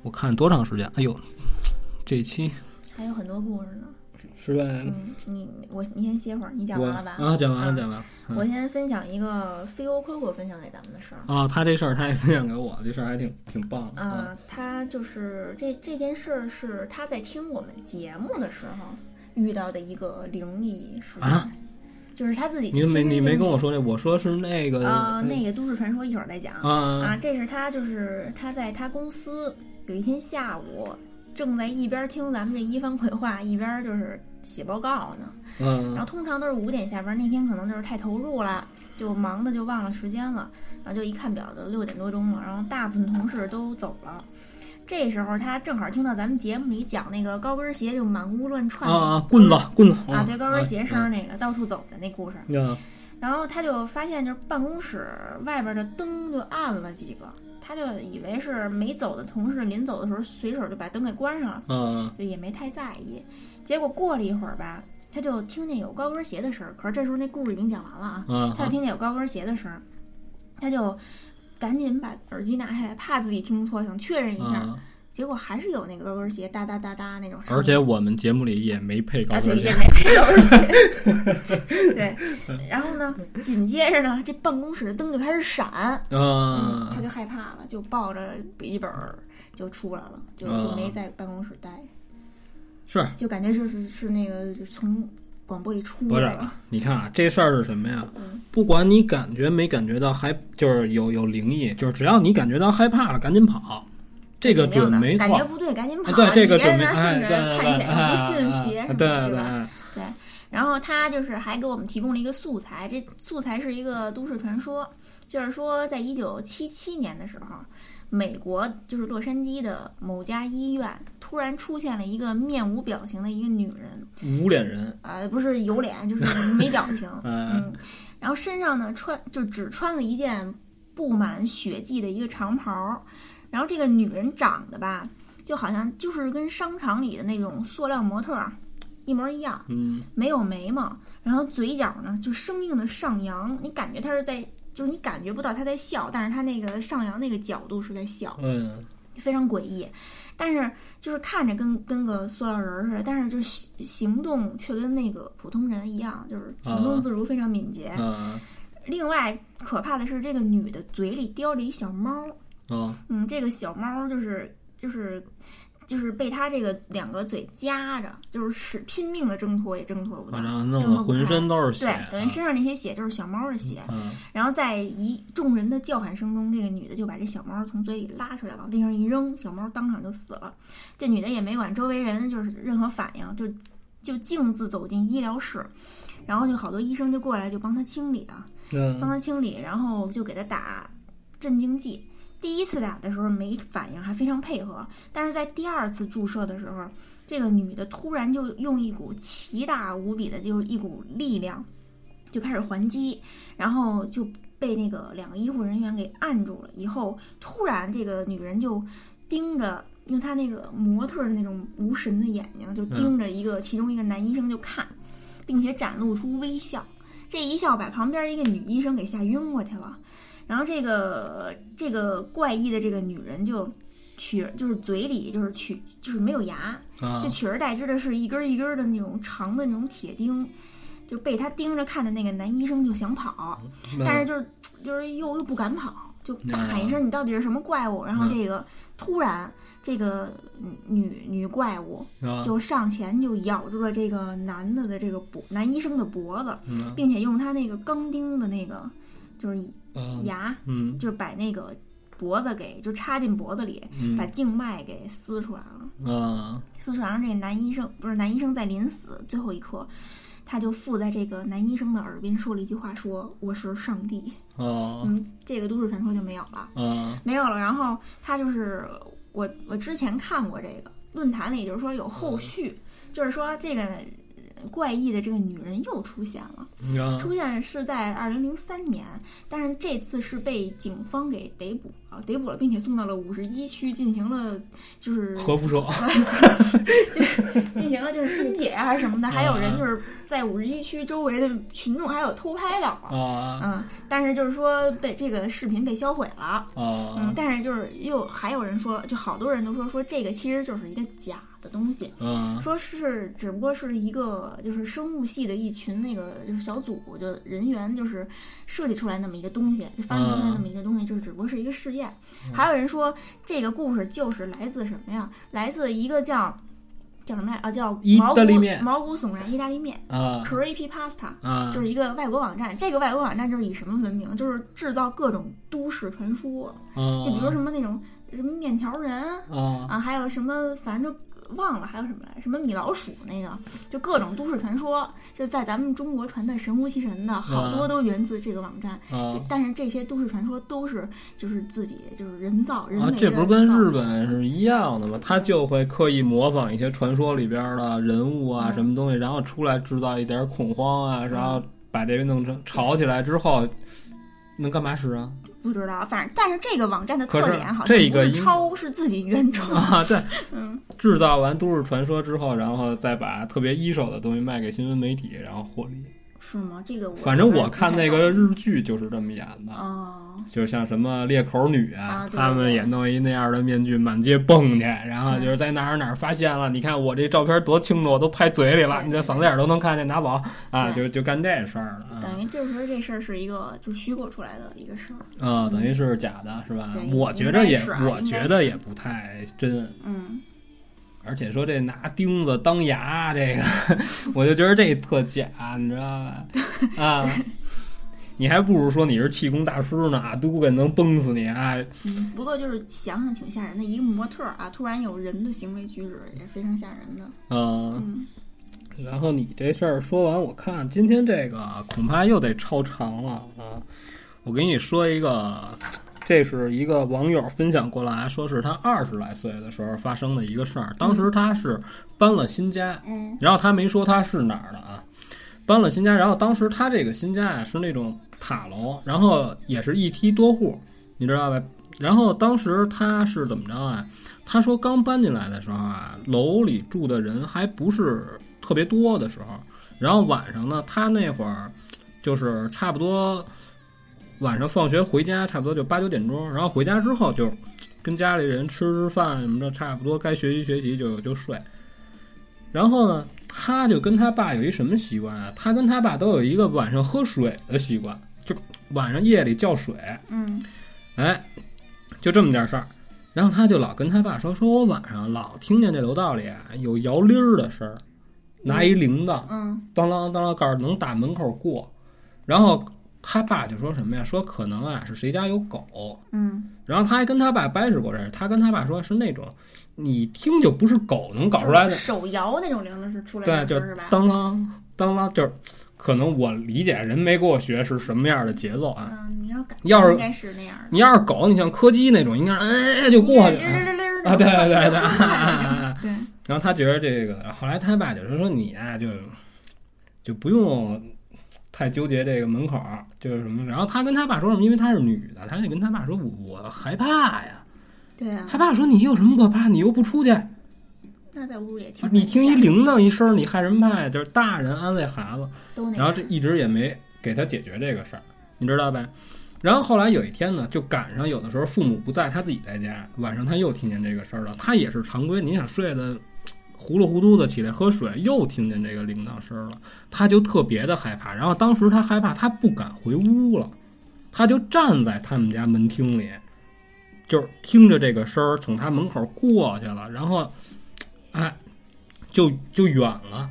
A: 我看多长时间？哎呦，这期
D: 还有很多故事呢。
A: 是吧？
D: 嗯，你我你先歇会儿，你讲
A: 我
D: 完了吧？
A: 啊，讲完了，
D: 嗯
A: 讲完了。嗯
D: 我先分享一个飞欧 Coco 分享给咱们的事儿。
A: 啊，他这事儿他也分享给我，这事儿还挺挺棒的
D: 啊、他就是这这件事儿是他在听我们节目的时候遇到的一个灵异事件，
A: 啊
D: 就是他自己
A: 你
D: 亲
A: 没
D: 身
A: 你没
D: 经
A: 跟
D: 历
A: 我说这，我说是那个
D: 啊、那个都市传说一会儿再讲
A: 啊
D: 啊，
A: 啊
D: 这是他就是他在他公司有一天下午，正在一边听咱们这一番鬼话，一边就是写报告呢。然后
A: 嗯
D: 通常都是五点下班，那天可能就是太投入了，就忙的就忘了时间了，然后就一看表都六点多钟了，然后大部分同事都走了。这时候他正好听到咱们节目里讲那个高跟鞋就满屋乱
A: 啊
D: 窜
A: 啊，棍子棍子
D: 啊，对高跟鞋声儿
A: 啊
D: 那个到处走的那故事，
A: 啊
D: 然后他就发现，就是办公室外边的灯就暗了几个，他就以为是没走的同事临走的时候随手就把灯给关上了，
A: 啊
D: 就也没太在意。结果过了一会儿吧，他就听见有高跟鞋的声儿，可是这时候那故事已经讲完了啊，
A: 啊
D: 他就听见有高跟鞋的声儿，他就赶紧把耳机拿下来，怕自己听错，想确认一下，
A: 啊！
D: 结果还是有那个高跟鞋哒哒哒哒那种声音。
A: 而且我们节目里也没配高
D: 啊，对，
A: 跟
D: 也
A: 鞋，
D: 没配高跟鞋。对，然后呢，紧接着呢，这办公室的灯就开始闪，
A: 啊
D: 嗯他就害怕了，就抱着笔记本儿就出来了，就就没在办公室待，
A: 是
D: 就感觉就是是那个就从广播里出
A: 不
D: 来
A: 是
D: 了。？嗯
A: 你看啊，这事儿是什么呀？不管你感觉没感觉到，还就是有有灵异，就是只要你感觉到害怕了，赶紧跑，这个
D: 肯定
A: 准
D: 的
A: 没错
D: 感。觉不对，赶紧跑！
A: 哎对，这个
D: 啊你别
A: 准
D: 在
A: 没
D: 那儿
A: 哎，
D: 信
A: 对
D: 着
A: 对
D: 探险，
A: 哎
D: 又不信邪
A: 哎
D: 什么
A: 对
D: 的，
A: 对
D: 吧？
A: 哎
D: 对，然后他就是还给我们提供了一个素材，这素材是一个都市传说，就是说在一九七七年的时候，美国就是洛杉矶的某家医院突然出现了一个面无表情的一个女人，
A: 无脸人，
D: 呃，不是有脸，就是没表 情，
A: 嗯
D: 嗯，然后身上呢穿就只穿了一件布满血迹的一个长袍儿，然后这个女人长得吧，就好像就是跟商场里的那种塑料模特儿一模一样，
A: 嗯
D: 没有眉毛，然后嘴角呢就生硬的上扬，你感觉他是在，就是你感觉不到他在笑，但是他那个上扬那个角度是在笑，
A: 嗯
D: 非常诡异。但是就是看着跟跟个塑料人儿似的，但是就是行行动却跟那个普通人一样，就是行动自如，非常敏捷。
A: 啊
D: 另外可怕的是，这个女的嘴里叼着一小猫儿，
A: 哦
D: 嗯，这个小猫儿就是就是就是被它这个两个嘴夹着，就是使拼命的挣脱也挣脱不到，
A: 啊然后弄
D: 挣
A: 得
D: 脱嗯不
A: 浑
D: 开
A: 身都是血
D: 对，等于
A: 啊
D: 身上那些血就是小猫的血。
A: 嗯
D: 然后在一众人的叫喊声中，这个女的就把这小猫从嘴里拉出来，往地上一扔，小猫当场就死了。这女的也没管周围人就是任何反应，就就径自走进医疗室，然后就好多医生就过来就帮她清理啊，帮
A: 嗯
D: 他清理，然后就给他打镇静剂。第一次打的时候没反应，还非常配合，但是在第二次注射的时候，这个女的突然就用一股奇大无比的，就是一股力量，就开始还击，然后就被那个两个医护人员给按住了。以后突然这个女人就盯着。用她那个模特的那种无神的眼睛，就盯着一个、其中一个男医生就看，并且展露出微笑。这一笑把旁边一个女医生给吓晕过去了。然后这个这个怪异的这个女人就取就是嘴里就是取就是没有牙，
A: 啊
D: 就取而代之的是一根儿一根儿的那种长的那种铁钉，就被他盯着看的那个男医生就想跑，
A: 嗯
D: 但是就是就是又又不敢跑，就大喊一声你到底是什么怪物？然后
A: 嗯
D: 这个突然这个女女怪物
A: 啊
D: 就上前就咬住了这个男的的这个脖男医生的脖子，
A: 嗯
D: 并且用他那个钢钉的那个就是
A: 啊
D: 牙，
A: 嗯
D: 就是把那个脖子给就插进脖子里，
A: 嗯
D: 把静脉给撕出来了。
A: 啊
D: 撕出来让这个男医生不是男医生在临死最后一刻，他就附在这个男医生的耳边说了一句话说，我是上帝。
A: 哦
D: 嗯，这个都市传说就没有了，
A: 啊
D: 没有了。然后他就是我我之前看过这个论坛里，就是说有后续，就是说这个呃怪异的这个女人又出现了。
A: 啊
D: 出现是在二零零三年，但是这次是被警方给逮捕了，逮捕了，并且送到了五十一区进行了就是
A: 核辐射
D: 就是进行了就是分解啊还是什么的，还有
A: 嗯
D: 人就是在五十一区周围的群众还有偷拍的，
A: 啊
D: 嗯，但是就是说被这个视频被销毁了，嗯
A: 啊，
D: 但是就是又还有人说，就好多人都说说这个其实就是一个假的东西，
A: 嗯
D: 说是只不过是一个就是生物系的一群那个就是小组就人员就是设计出来那么一个东西，就发明出来那么一个东西，就是只不过是一个试验。
A: 嗯
D: 还有人说这个故事就是来自什么呀？来自一个叫叫什么来啊？叫
A: 意
D: 毛骨
A: 大利面
D: 毛骨悚然意大利面
A: 啊
D: （Creepy Pasta）。
A: 啊
D: 就是一个外国网站，这个外国网站就是以什么闻名？就是制造各种都市传说，
A: 啊
D: 就比如什么那种什么面条人，
A: 啊
D: 啊，还有什么，反正就忘了还有什么来，什么米老鼠那个，就各种都市传说，就在咱们中国传的神乎其神的，好
A: 嗯
D: 多都源自这个网站。
A: 啊
D: 这但是这些都市传说都是就是自己就是人造人
A: 啊
D: 为，的
A: 这不是跟
D: 造
A: 日本是一样的吗？他就会刻意模仿一些传说里边的人物
D: 嗯
A: 啊，什么东西，然后出来制造一点恐慌啊，然后把这个弄成吵起来之后，能干嘛使 啊？
D: 不知道，反正但是这个网站的
A: 可
D: 特
A: 是
D: 点好像
A: 这
D: 不
A: 个
D: 是
A: 应
D: 抄是自己原创，
A: 啊，对，
D: 嗯，
A: 制造完都市传说之后，然后再把特别一手的东西卖给新闻媒体，然后获利。
D: 是吗？这嗯个我
A: 反正
D: 不是
A: 我
D: 太
A: 看那
D: 懂
A: 个日剧就是这么演的。
D: 哦，
A: 就像什么裂口女啊，
D: 啊对
A: 他们也弄一那样的面具，满街蹦去，然后
D: 对
A: 就是在哪儿哪儿发现了，你看我这照片多清楚，我都拍嘴里了，
D: 对
A: 你这嗓子眼儿都能看见，拿走啊，
D: 对
A: 就就干这事儿了啊
D: 等于就是说这事儿是一个就是虚构出来的一个事儿，
A: 啊，啊，等于是假的，是吧
D: 对？
A: 我觉着也
D: 应该是，啊
A: 我觉得也不太真，
D: 嗯，
A: 而且说这拿钉子当牙，这个 我就觉得这特假，你知道 吧？啊。你还不如说你是气功大师呢，啊，都给能崩死你啊！
D: 嗯，不过就是想想挺吓人的，一个模特儿啊，突然有人的行为举止也非常吓人的。
A: 嗯，
D: 嗯，
A: 然后你这事儿说完，我看今天这个恐怕又得超长了啊！我给你说一个，这是一个网友分享过来，说是他二十来岁的时候发生的一个事儿。当时他是搬了新家，
D: 嗯，
A: 然后他没说他是哪儿的啊，搬了新家，然后当时他这个新家啊是那种塔楼，然后也是一梯多户，你知道吧？然后当时他是怎么着啊？他说刚搬进来的时候啊，楼里住的人还不是特别多的时候，然后晚上呢，他那会儿就是差不多晚上放学回家，差不多就八九点钟，然后回家之后就跟家里人吃吃饭什么的，差不多该学习学习就就睡。然后呢，他就跟他爸有一什么习惯啊？他跟他爸都有一个晚上喝水的习惯，就晚上夜里叫水，
D: 嗯
A: 哎，就这么点事儿。然后他就老跟他爸说，说我晚上老听见这楼道里啊有摇铃儿的声儿，拿一铃铛，
D: 嗯
A: 当啷当啷告诉能打门口过。然后他爸就说什么呀？说可能啊是谁家有狗。
D: 嗯，
A: 然后他还跟他爸掰扯过这事，他跟他爸说是那种你听就不是狗能搞出来的，
D: 手摇那种铃铛是出来
A: 对，
D: 的
A: 就
D: 声
A: 是
D: 是吧？
A: 当啷当啷，就是可能我理解人没给我学是什么样的节奏啊。
D: 嗯，你要感
A: 要是
D: 应该是那样的，
A: 你要是狗，你像柯基那种，应该是哎哎就过去
D: 铃
A: 了
D: 铃铃 铃
A: 啊，对对对对。啊
D: 对，
A: 然后他觉得这个，后来他爸就说说你啊，就就不用太纠结这个门口儿就是什么。然后他跟他爸说什么，因为她是女的，他就跟他爸说我我害怕呀。
D: 对啊，
A: 他爸说你有什么可怕？你又不出去，
D: 那在屋里也挺
A: 啊你听一
D: 吓人
A: 铃铛一声，你害什么怕呀？就是大人安慰孩子。
D: 都那
A: 然后
D: 样
A: 这一直也没给他解决这个事儿，你知道呗？然后后来有一天呢，就赶上有的时候父母不在，他自己在家，晚上他又听见这个事儿了。他也是常规，你想睡的糊里糊涂的起来喝水，又听见这个铃铛声儿了，他就特别的害怕。然后当时他害怕，他不敢回屋了，他就站在他们家门厅里，就是听着这个声儿从他门口过去了，然后，哎，就就远了，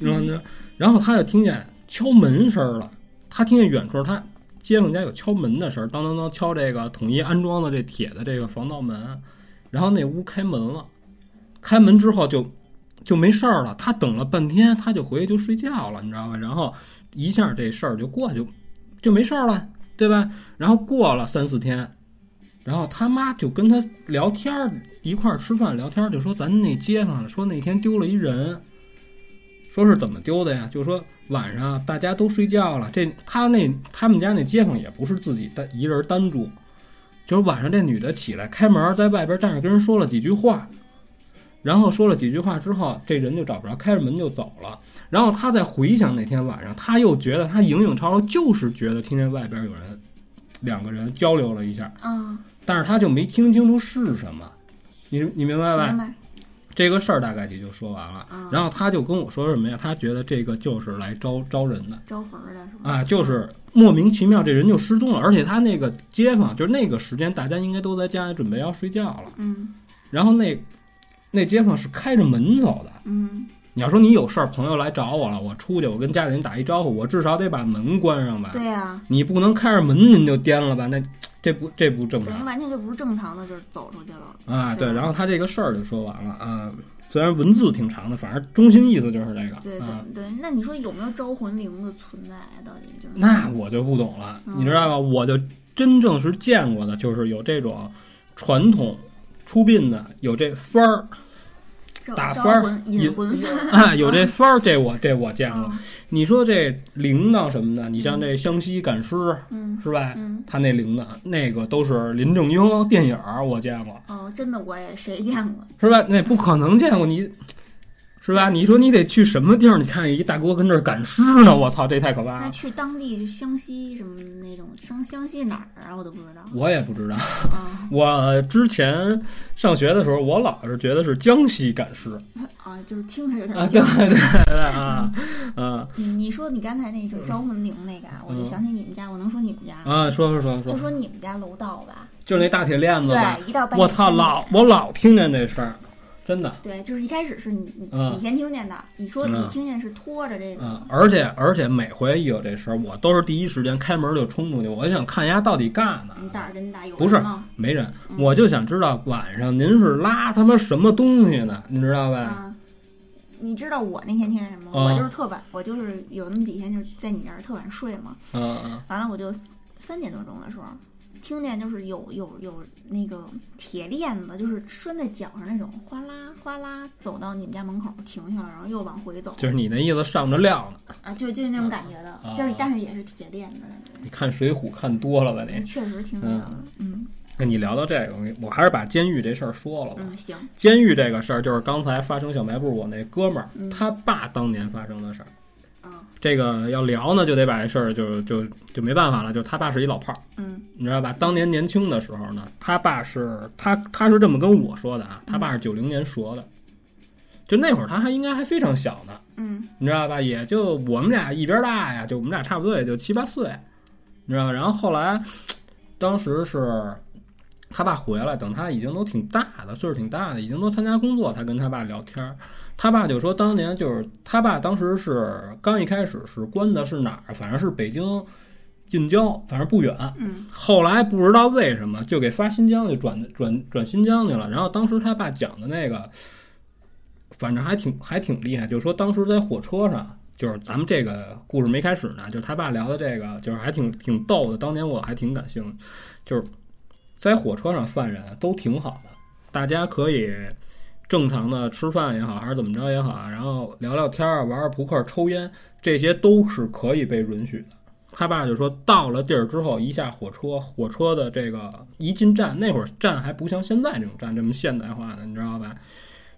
A: 然后呢，然后他就听见敲门声儿了，他听见远处他街坊家有敲门的声儿，当当当敲这个统一安装的这铁的这个防盗门，然后那屋开门了，开门之后就就没事儿了，他等了半天，他就回去就睡觉了，你知道吧？然后一下这事儿就过去，就就没事儿了，对吧？然后过了三四天。然后他妈就跟他聊天儿，一块儿吃饭聊天儿，就说咱那街坊说那天丢了一人，说是怎么丢的呀？就说晚上大家都睡觉了，这他那他们家那街坊也不是自己单一人单住，就是晚上这女的起来开门，在外边站着跟人说了几句话，然后说了几句话之后，这人就找不着，开着门就走了。然后他再回想那天晚上，他又觉得他影影绰绰，就是觉得听见外边有人两个人交流了一下，
D: 啊，
A: 但是他就没听清楚是什么。你你明白吧？
D: 明白
A: 这个事儿大概也就说完了
D: 啊。
A: 然后他就跟我说什么呀？他觉得这个就是来招招人的
D: 招魂儿的是吧？
A: 啊，就是莫名其妙这人就失踪了，而且他那个街坊，就是那个时间大家应该都在家里准备要睡觉了，
D: 嗯
A: 然后那那街坊是开着门走的。
D: 嗯，
A: 你要说你有事儿，朋友来找我了，我出去，我跟家里人打一招呼，我至少得把门关上吧。
D: 对啊呀，
A: 你不能开着门您就颠了吧？那这不这不正
D: 等于
A: 常
D: 完全就不是正常的，就是走出去了。
A: 啊？
D: 是
A: 对，
D: 吧
A: 然后他这个事儿就说完了啊。虽然文字挺长的，反正中心意思就是这个。
D: 对
A: 啊
D: 对对，那你说有没有招魂铃的存在啊？到底就是
A: 那我就不懂了，
D: 嗯
A: 你知道吧？我就真正是见过的，就是有这种传统出殡的，有这幡儿
D: 嗯招
A: 打
D: 招
A: 幡儿
D: 魂
A: 引
D: 引 魂幡，
A: 啊，有这幡儿，这我这我见过
D: 嗯。
A: 你说这铃铛什么的，你像这湘西赶尸
D: 嗯
A: 是吧？
D: 嗯
A: 他那铃铛那个都是林正英电影儿我见过，
D: 哦，真的我也谁见过？
A: 是吧？那不可能见过你。是吧？你说你得去什么地儿？你看一大哥跟这儿赶尸呢，我操，这太可怕
D: 那
A: 了！
D: 去当地就湘西什么那种，湘湘西哪儿啊？我都不知道
A: 我也不知 道，
D: 啊
A: 我之前上学的时候，我老是觉得是江西赶尸
D: 啊，就是听着有
A: 啊，对
D: 点像。
A: 对对 啊啊
D: 你你说你刚才那就是招魂铃那个啊，我就
A: 嗯
D: 想起你们家，我能说你们家，
A: 啊！说说说
D: 就
A: 说，
D: 说你们家楼道吧，
A: 就是那大铁链子吧
D: 对，，一到半
A: 嗯
D: 夜
A: 我操，
D: 三点
A: 老我老听见这声儿，真的
D: 对，就是一开始是你你
A: 嗯
D: 你先听见的，你说你
A: 嗯
D: 听见是拖着这个
A: 啊！而且而且每回一有这事儿，我都是第一时间开门就冲出去，我就想看丫到底干嘛
D: 你。胆儿真大，有
A: 不是
D: 人吗？嗯
A: 没人，我就想知道晚上您是拉他妈什么东西呢？你知道吧？
D: 啊，你知道我那天听见什么吗？
A: 啊
D: 我就是特晚，我就是有那么几天就是在你那儿特晚睡嘛，
A: 嗯嗯
D: 完了我就三三点多钟的时候，听见就是有有有那个铁链子，就是拴在脚上那种，哗啦哗啦走到你们家门口停下了，然后又往回走
A: 就是你那意思上着料呢？
D: 啊，就就是那种感觉的，
A: 啊
D: 就是但是也是铁链子的感觉，
A: 哎你看《水浒》看多了吧你？
D: 确实听见了，嗯，
A: 哎，你聊到这个，我我还是把监狱这事儿说了吧。
D: 嗯，行，
A: 监狱这个事儿，就是刚才发生小卖部我那哥们儿、他爸当年发生的事儿。
D: 嗯啊，
A: 这个要聊呢，就得把这事儿就就就没办法了，就是他爸是一老炮儿，
D: 嗯
A: 你知道吧？当年年轻的时候呢，他爸是他他是这么跟我说的啊，他
D: 嗯
A: 爸是九零年折的，就那会儿他还应该还非常小呢，
D: 嗯
A: 你知道吧？也就我们俩一边大呀，就我们俩差不多也就七八岁，你知道吧？然后后来，当时是他爸回来，等他已经都挺大的，岁数挺大的，已经都参加工作，他跟他爸聊天儿，他爸就说当年就是他爸当时是刚一开始是关的是哪儿，反正是北京近郊，反正不远，
D: 嗯
A: 后来不知道为什么就给发新疆去转转转新疆去了。然后当时他爸讲的那个，反正还挺还挺厉害，就是说当时在火车上，就是咱们这个故事没开始呢，就是他爸聊的这个，就是还挺挺逗的。当年我还挺感兴趣，就是在火车上犯人都挺好的，大家可以。正常的吃饭也好，还是怎么着也好，然后聊聊天儿、玩玩扑克、抽烟，这些都是可以被允许的。他爸就说，到了地儿之后，一下火车，火车的这个一进站，那会儿站还不像现在这种站这么现代化的，你知道吧？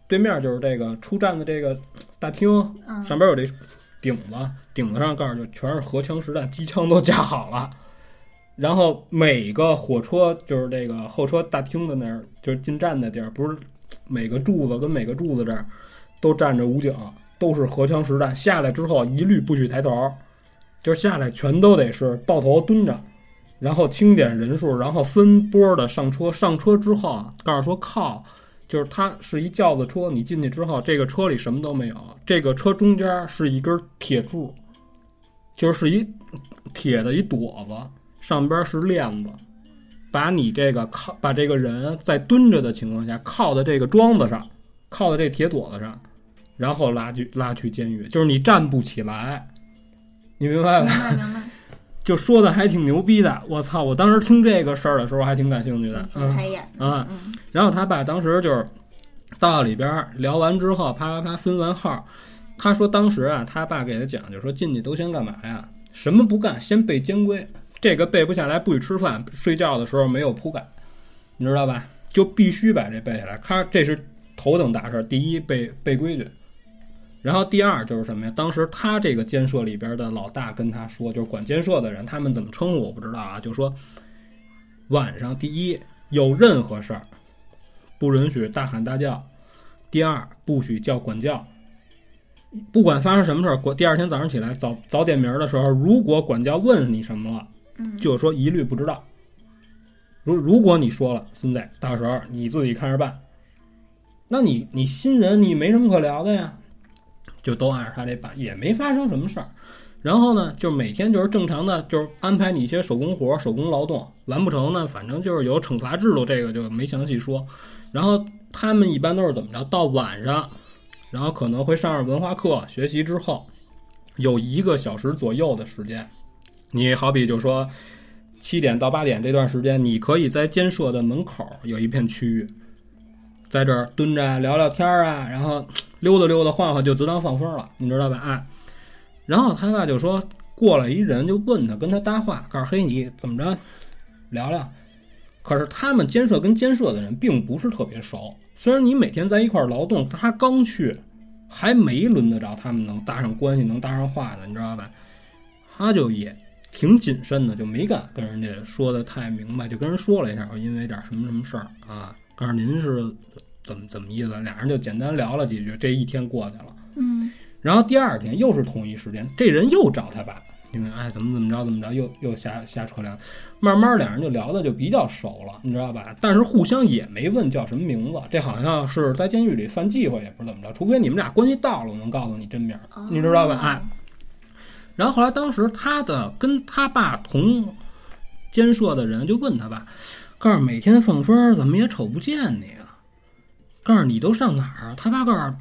A: 对面就是这个出站的这个大厅，
D: 嗯
A: 上边有这顶子，顶子上告诉就全是荷枪实弹，机枪都架好了。然后每个火车就是这个候车大厅的那儿，就是进站的地儿，不是每个柱子跟每个柱子这儿都站着武警，都是荷枪实弹。下来之后一律不许抬头，就是下来全都得是抱头蹲着，然后清点人数，然后分波的上车。上车之后啊，告诉说靠，就是它是一轿子车，你进去之后，这个车里什么都没有，这个车中间是一根铁柱，就是一铁的一垛子，上边是链子，把你这个靠把这个人在蹲着的情况下靠在这个桩子上，靠在这铁垛子上，然后拉去拉去监狱，就是你站不起来，你明白吧？
D: 明白明白，
A: 就说的还挺牛逼的，我操！我当时听这个事儿的时候还挺感兴趣的
D: 挺，挺
A: 嗯
D: 开眼的，
A: 啊，
D: 嗯
A: 然后他爸当时就是到里边儿聊完之后，啪啪啪分完号，他说当时啊，他爸给他讲，就说进去都先干嘛呀？什么不干，先背监规，这个背不下来不许吃饭，睡觉的时候没有铺盖，你知道吧？就必须把这背下来。他这是头等大事儿，第一背背规矩。然后第二就是什么呀？当时他这个监舍里边的老大跟他说，就是管监舍的人，他们怎么称呼我不知道啊，就说晚上第一有任何事儿，不允许大喊大叫；第二，不许叫管教。不管发生什么事儿，管第二天早上起来早早点名儿的时候，如果管教问你什么了，
D: 嗯，
A: 就说一律不知道。如如果你说了，孙子，到时候你自己看着办。那你你新人你没什么可聊的呀，就都按照他这办，也没发生什么事儿。然后呢，就是每天就是正常的，就是安排你一些手工活、手工劳动，完不成呢，反正就是有惩罚制度，这个就没详细说。然后他们一般都是怎么着？到晚上，然后可能会上上文化课，学习之后，有一个小时左右的时间，你好比就说七点到八点这段时间，你可以在监舍的门口有一片区域，在这儿蹲着聊聊天儿啊，然后溜达溜达晃晃，就自当放风了，你知道吧？哎，然后他爸就说过来一人就问他，跟他搭话，告诉嘿你怎么着，聊聊。可是他们监舍跟监舍的人并不是特别熟，虽然你每天在一块儿劳动，他刚去，还没轮得着他们能搭上关系、能搭上话呢，你知道吧？他就也挺谨慎的，就没敢跟人家说的太明白，就跟人说了一下，因为点什么什么事儿啊，告诉您是怎么怎么意思，俩人就简单聊了几句，这一天过去了。
D: 嗯
A: 然后第二天又是同一时间，这人又找他爸，因为哎怎么怎么着怎么着，又又瞎瞎扯凉。慢慢两人就聊的就比较熟了，你知道吧？但是互相也没问叫什么名字，这好像是在监狱里犯忌讳，也不是怎么着，除非你们俩关系到了，我能告诉你真名儿，你知道吧？哎。然后后来当时他的跟他爸同监舍的人就问他爸，告诉每天放风儿怎么也瞅不见你啊？告诉你都上哪儿啊？他爸告诉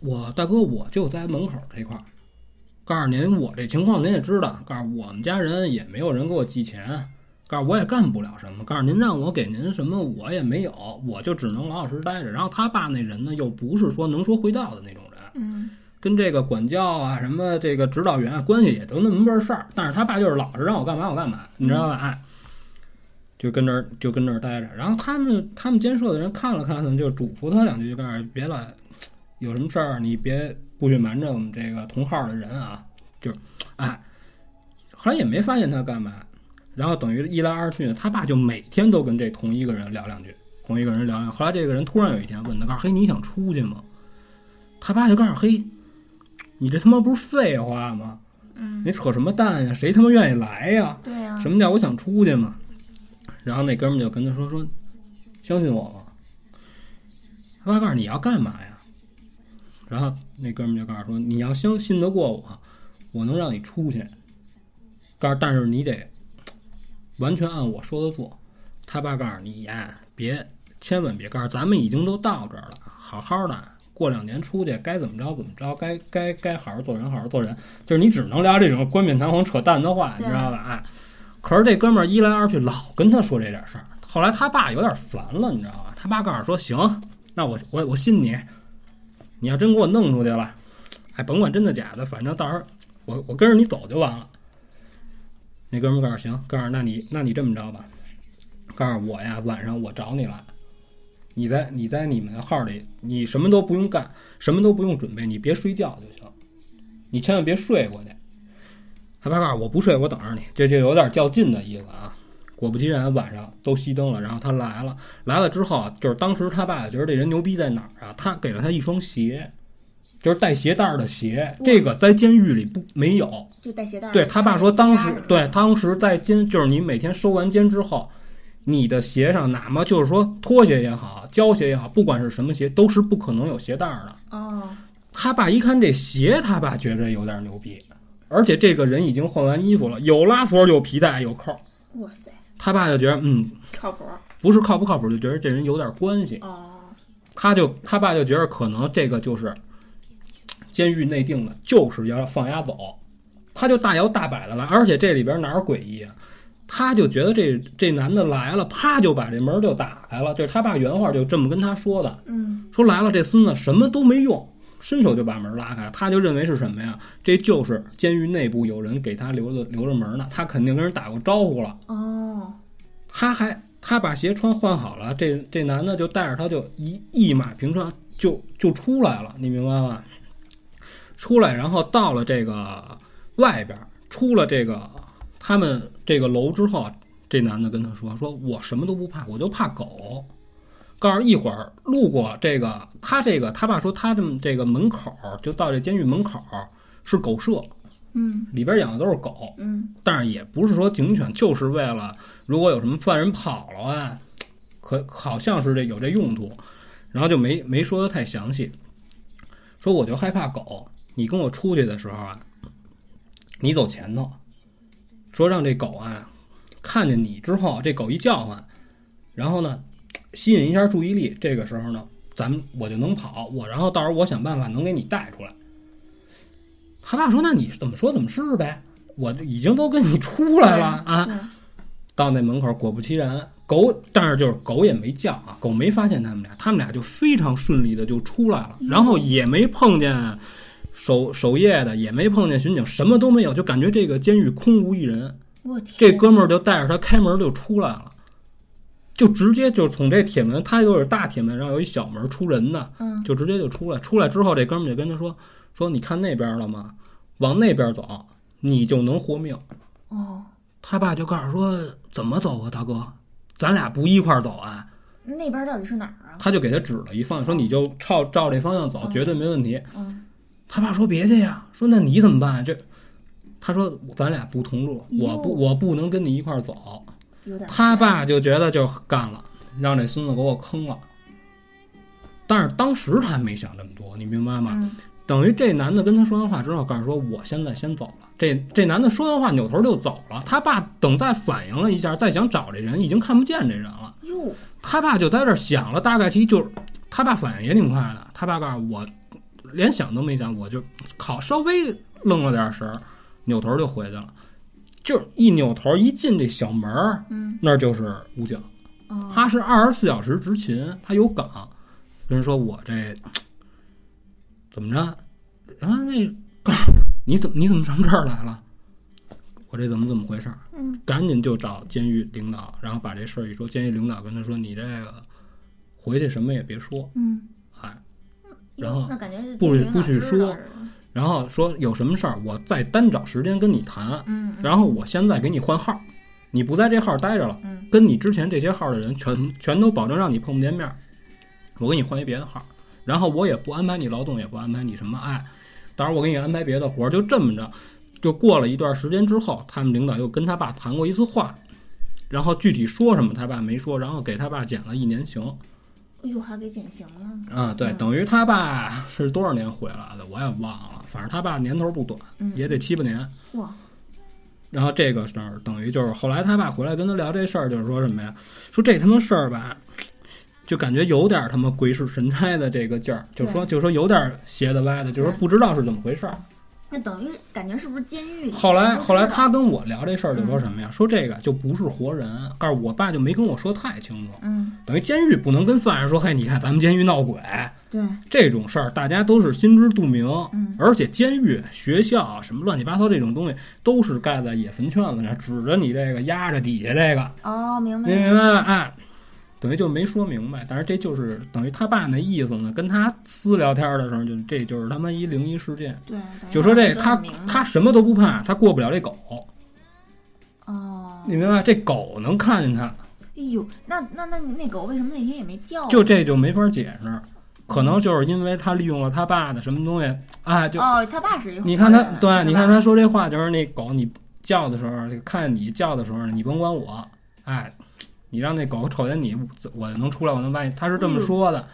A: 我大哥，我就在门口这块儿。告诉您，我这情况您也知道。告诉我们家人也没有人给我寄钱，告诉我也干不了什么。告诉您让我给您什么，我也没有，我就只能老老实实待着。然后他爸那人呢，又不是说能说会道的那种人，
D: 嗯
A: 跟这个管教啊什么这个指导员啊关系也都那么回事儿。但是他爸就是老实，让我干嘛我干嘛，你知道吧？哎，就跟那儿就跟那儿待着。然后他们他们监舍的人看了看呢，就嘱咐他两句，就告诉他别老有什么事儿你别不许瞒着我们这个同号的人啊。就哎，后来也没发现他干嘛。然后等于一来二去呢，他爸就每天都跟这同一个人聊两句，同一个人聊两句。后来这个人突然有一天问他，告诉嘿，你想出去吗？他爸就告诉嘿，你这他妈不是废话吗？
D: 嗯，
A: 你扯什么蛋呀？谁他妈愿意来呀？
D: 对啊呀、
A: 什么叫我想出去嘛？然后那哥们儿就跟他说说，相信我吧。他爸告诉你要干嘛呀？然后那哥们儿就告诉说，你要相信得过我，我能让你出去。告诉但是你得完全按我说的做。他爸告诉你呀，别千万别告诉，咱们已经都到这儿了，好好的。过两年出去，该怎么着怎么着，该该该好好做人，好好做人。就是你只能聊这种冠冕堂皇、扯淡的话，你知道吧？哎，可是这哥们儿一来二去老跟他说这点事儿，后来他爸有点烦了，你知道吧？他爸告诉说：“行，那我我我信你，你要真给我弄出去了，哎，甭管真的假的，反正到时候我我跟着你走就完了。”那哥们儿告诉行，告诉那你那你这么着吧，告诉我呀，晚上我找你来，你在你在你们的号里，你什么都不用干，什么都不用准备，你别睡觉就行，你千万别睡过去。他爸告诉我不睡，我等着你，这就有点较劲的意思啊。果不其然，晚上都熄灯了，然后他来了。来了之后啊，就是当时他爸觉得这人牛逼在哪儿啊？他给了他一双鞋，就是带鞋带儿的鞋，这个在监狱里不没有。
D: 就带鞋带儿。
A: 对他爸说，
D: 自杀
A: 当
D: 什
A: 时
D: 么的
A: 对当时在监，就是你每天收完监之后，你的鞋上哪怕就是说拖鞋也好，胶鞋也好，不管是什么鞋，都是不可能有鞋带儿的。
D: 哦，
A: 他爸一看这鞋，他爸觉着有点牛逼，而且这个人已经换完衣服了，有拉锁，有皮带，有扣儿。
D: 哇塞，
A: 他爸就觉得，嗯，
D: 靠谱儿
A: 不是靠不靠谱，就觉得这人有点关系。
D: 哦，
A: 他就他爸就觉得可能这个就是监狱内定的，就是要放押走，他就大摇大摆的来，而且这里边哪有诡异啊？他就觉得这这男的来了，啪就把这门就打开了，就是他爸原话就这么跟他说的，
D: 嗯，
A: 说来了这孙子什么都没用，伸手就把门拉开了，他就认为是什么呀？这就是监狱内部有人给他留着留着门呢，他肯定跟人打过招呼了。
D: 哦，
A: 他还他把鞋穿换好了，这这男的就带着他就一一马平川就就出来了，你明白吗？出来，然后到了这个外边儿，出了这个他们这个楼之后，这男的跟他说：“说我什么都不怕，我就怕狗。”告诉一会儿路过这个他这个他爸说他这么这个门口儿就到这监狱门口儿是狗舍，
D: 嗯
A: 里边养的都是狗，
D: 嗯，
A: 但是也不是说警犬，就是为了如果有什么犯人跑了啊，可好像是这有这用途，然后就没没说的太详细，说我就害怕狗，你跟我出去的时候啊，你走前头，说让这狗啊看见你之后，这狗一叫唤，然后呢吸引一下注意力，这个时候呢，咱们我就能跑，我然后到时候我想办法能给你带出来。他爸说：“那你怎么说怎么是呗，我就已经都跟你出来了啊。”
D: 对，
A: 到那门口，果不其然，狗，但是就是狗也没叫啊，狗没发现他们俩，他们俩就非常顺利的就出来了，然后也没碰见守守夜的，也没碰见巡警，什么都没有，就感觉这个监狱空无一人。
D: 我天，
A: 这哥们儿就带着他开门就出来了，就直接就从这铁门，他有是大铁门，然后有一小门出人的，
D: 嗯
A: 就直接就出来。出来之后，这哥们儿就跟他说：“说你看那边了吗？往那边走，你就能活命。”
D: 哦，
A: 他爸就告诉说：“怎么走啊，大哥？咱俩不一块儿走啊
D: 那边到底是哪儿？”啊？
A: 他就给他指了一方向，说：“你就照照这方向走，绝对没问题。
D: 嗯，”
A: 他爸说：“别去呀。”说：“那你怎么办、啊？”这，他说：“咱俩不同路，我不我不能跟你一块儿走。
D: 有”点
A: 他
D: 吓人
A: 爸就觉得就干了，让这孙子给我坑了。但是当时他没想这么多，你明白吗？
D: 嗯
A: 等于这男的跟他说完话之后，告诉说我现在先走了。这这男的说完话扭头就走了。他爸等再反应了一下，再想找这人，已经看不见这人了。
D: 哟，
A: 他爸就在这儿想了，大概其就是他爸反应也挺快的。他爸告诉我，连想都没想，我就好稍微愣了点神儿，扭头就回去了。就是一扭头一进这小门儿，
D: 嗯
A: 那儿就是武警。
D: 哦，
A: 他是二十四小时执勤，他有岗。跟人说我这啊 怎么着？然后那你怎么你怎么上这儿来了？我我这怎么怎么回事儿？
D: 嗯，
A: 赶紧就找监狱领导，然后把这事儿一说，监狱领导跟他说：“你这个回去什么也别说，
D: 嗯，
A: 哎，
D: 哟
A: 然后
D: 那感觉是
A: 不许
D: 这领
A: 不
D: 导
A: 许
D: 知道
A: 说
D: 似的，
A: 然后说有什么事儿，我再单找时间跟你谈，
D: 嗯，嗯
A: 然后我现在给你换号，你不在这号待着了，
D: 嗯
A: 跟你之前这些号的人全全都保证让你碰不见面儿，我给你换一别的号，然后我也不安排你劳动，也不安排你什么爱，到时候我给你安排别的活儿，就这么着。就过了一段时间之后，他们领导又跟他爸谈过一次话，然后具体说什么他爸没说，然后给他爸减了一年刑。
D: 哎呦，还给减刑了，
A: 啊，对，等于他爸是多少年回来的，我也忘了，反正他爸年头不短，
D: 嗯
A: 也得七八年。
D: 哇，
A: 然后这个事儿等于就是后来他爸回来跟他聊这事儿，就是说什么呀？说这他妈事儿吧，就感觉有点他妈鬼使神差的这个劲儿，就说就说有点斜的歪的，就说不知道是怎么回事儿。
D: 那等于感觉是不是嗯监狱里？
A: 后来
D: 都知
A: 后来
D: 道
A: 他跟我聊这事儿，就说什么呀？说这个就不是活人，告诉我爸就没跟我说太清楚，
D: 嗯，
A: 等于监狱不能跟犯人说，嘿，你看咱们监狱闹鬼，
D: 对，
A: 这种事儿大家都是心知肚明，
D: 嗯
A: 而且监狱、学校啊什么乱七八糟这种东西都是盖在野坟圈子上，指着你这个压着底下这个，
D: 哦，明白
A: 你
D: 了，
A: 明白吗？哎，等于就没说明白。但是这就是等于他爸那意思呢，跟他私聊天的时候，就这就是他妈一灵异事件，
D: 对，感觉
A: 就说这
D: 他
A: 他
D: 很明白
A: 他什么都不怕，他过不了这狗，
D: 哦，
A: 你明白？这狗能看见他，
D: 哎呦，那那那那狗为什么那天也没叫啊？
A: 就这就没法解释。可能就是因为他利用了他爸的什么东西，哎，就
D: 哦，他爸是一户
A: 你看他
D: 人，
A: 对，你
D: 吧
A: 看他说这话就是那狗，你叫的时候，就看你叫的时候，你甭管我，哎，你让那狗瞅见你，我就能出来，我能把你，他是这
D: 嗯
A: 么说的，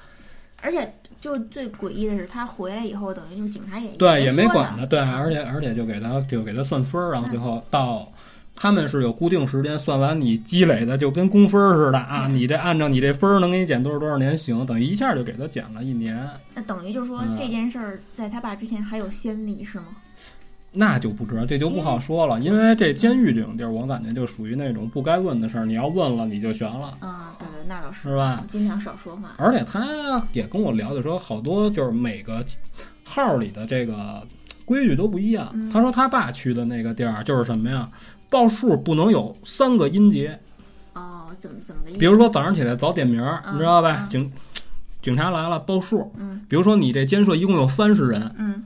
D: 而且就最诡异的是，他回来以后，等于就是警察也
A: 对，也没
D: 说
A: 管他，
D: 呢嗯
A: 对，而且而且就给他就给他算分儿，然后最后到。他们是有固定时间，算完你积累的就跟工分儿似的啊！
D: 嗯
A: 你这按照你这分儿能给你减多少多少年刑，等于一下就给他减了一年，
D: 那等于就说
A: 嗯
D: 这件事儿在他爸之前还有先例是吗？
A: 那就不知道，这就不好说了。因为这监狱这种地儿，我感觉就属于那种不该问的事儿，你要问了你就悬了。
D: 啊，对对，那倒是，
A: 是吧
D: 我经常少说话。
A: 而且他也跟我聊，就说好多就是每个号里的这个规矩都不一样。他说他爸去的那个地儿就是什么呀？报数不能有三个音节，
D: 哦，怎么怎么个意思？
A: 比如说早上起来早点名儿，
D: 嗯
A: 你知道吧？
D: 嗯
A: 警警察来了报数，
D: 嗯
A: 比如说你这监舍一共有三十人，
D: 嗯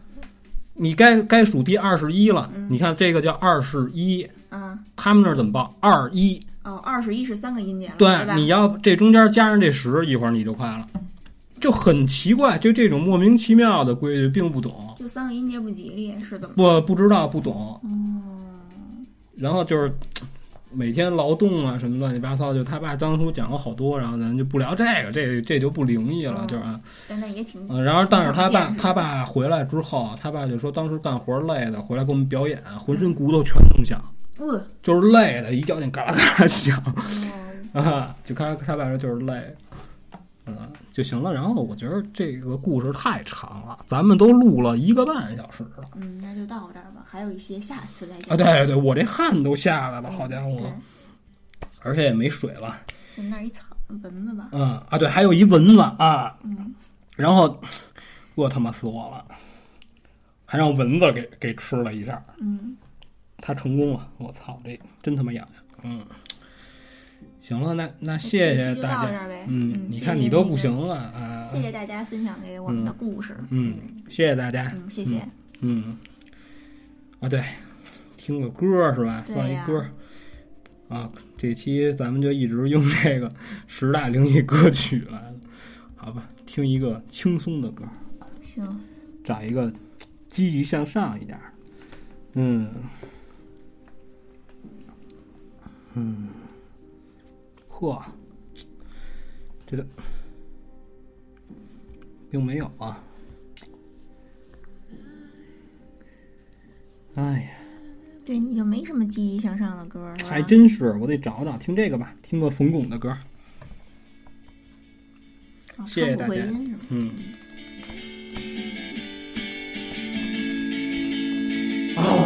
A: 你该该数第二十一了。你看这个叫二十一，
D: 嗯
A: 他们那儿怎么报？二一，
D: 哦，二十一是三个音节了，对
A: 对，
D: 吧？
A: 你要这中间加上这十，一会儿你就快了，就很奇怪，就这种莫名其妙的规矩并不懂，
D: 就三个音节不吉利是怎么？
A: 不不知道不懂，
D: 哦，
A: 然后就是。每天劳动啊，什么乱七八糟，就他爸当初讲过好多，然后咱就不聊这个，这这就不灵异了，
D: 嗯
A: 就是啊，
D: 但那也挺
A: 嗯，然后但是他
D: 长
A: 爸
D: 见识
A: 他爸回来之后，啊他爸就说当时干活累的，回来给我们表演，啊浑身骨头全弄响，
D: 呃，
A: 就是累的，一脚印嘎啦嘎啦响，
D: 哦
A: 啊， 就开他爸说就是累，嗯，就行了。然后我觉得这个故事太长了，咱们都录了一个半小时了
D: 嗯，那就到这儿吧，还有一些下次再见
A: 啊！对对对，我这汗都下来了，好家伙
D: 对，
A: 而且也没水了。
D: 就那儿一草蚊子吧，
A: 嗯啊，对，还有一蚊子啊，
D: 嗯
A: 然后饿他妈死我了，还让蚊子给给吃了一下。
D: 嗯，
A: 他成功了，我操，这真他妈痒痒。嗯，行了，那那谢
D: 这期
A: 谢
D: 就
A: 大
D: 到这
A: 家
D: 儿呗。
A: 嗯，
D: 嗯
A: 你
D: 谢
A: 看
D: 谢
A: 你都
D: 你
A: 不
D: 的
A: 行了啊！
D: 谢谢大家分享给我们的故事，
A: 嗯，谢谢大家。
D: 嗯，谢谢，
A: 嗯，啊对，听个歌是吧？
D: 对
A: 放一
D: 呀
A: 歌。啊，这期咱们就一直用这个十大灵异歌曲来了，好吧？听一个轻松的歌，嗯
D: 行，
A: 找一个积极向上一点儿。嗯，嗯，嚯，这个并没有啊。哎呀，
D: 对你就没什么积极向上的歌儿，是吧
A: 还真是，我得找找，听这个吧，听个冯巩的歌。
D: 哦
A: 谢谢
D: 唱
A: 大
D: 不回
A: 家
D: 音是吗？
A: 嗯。哦，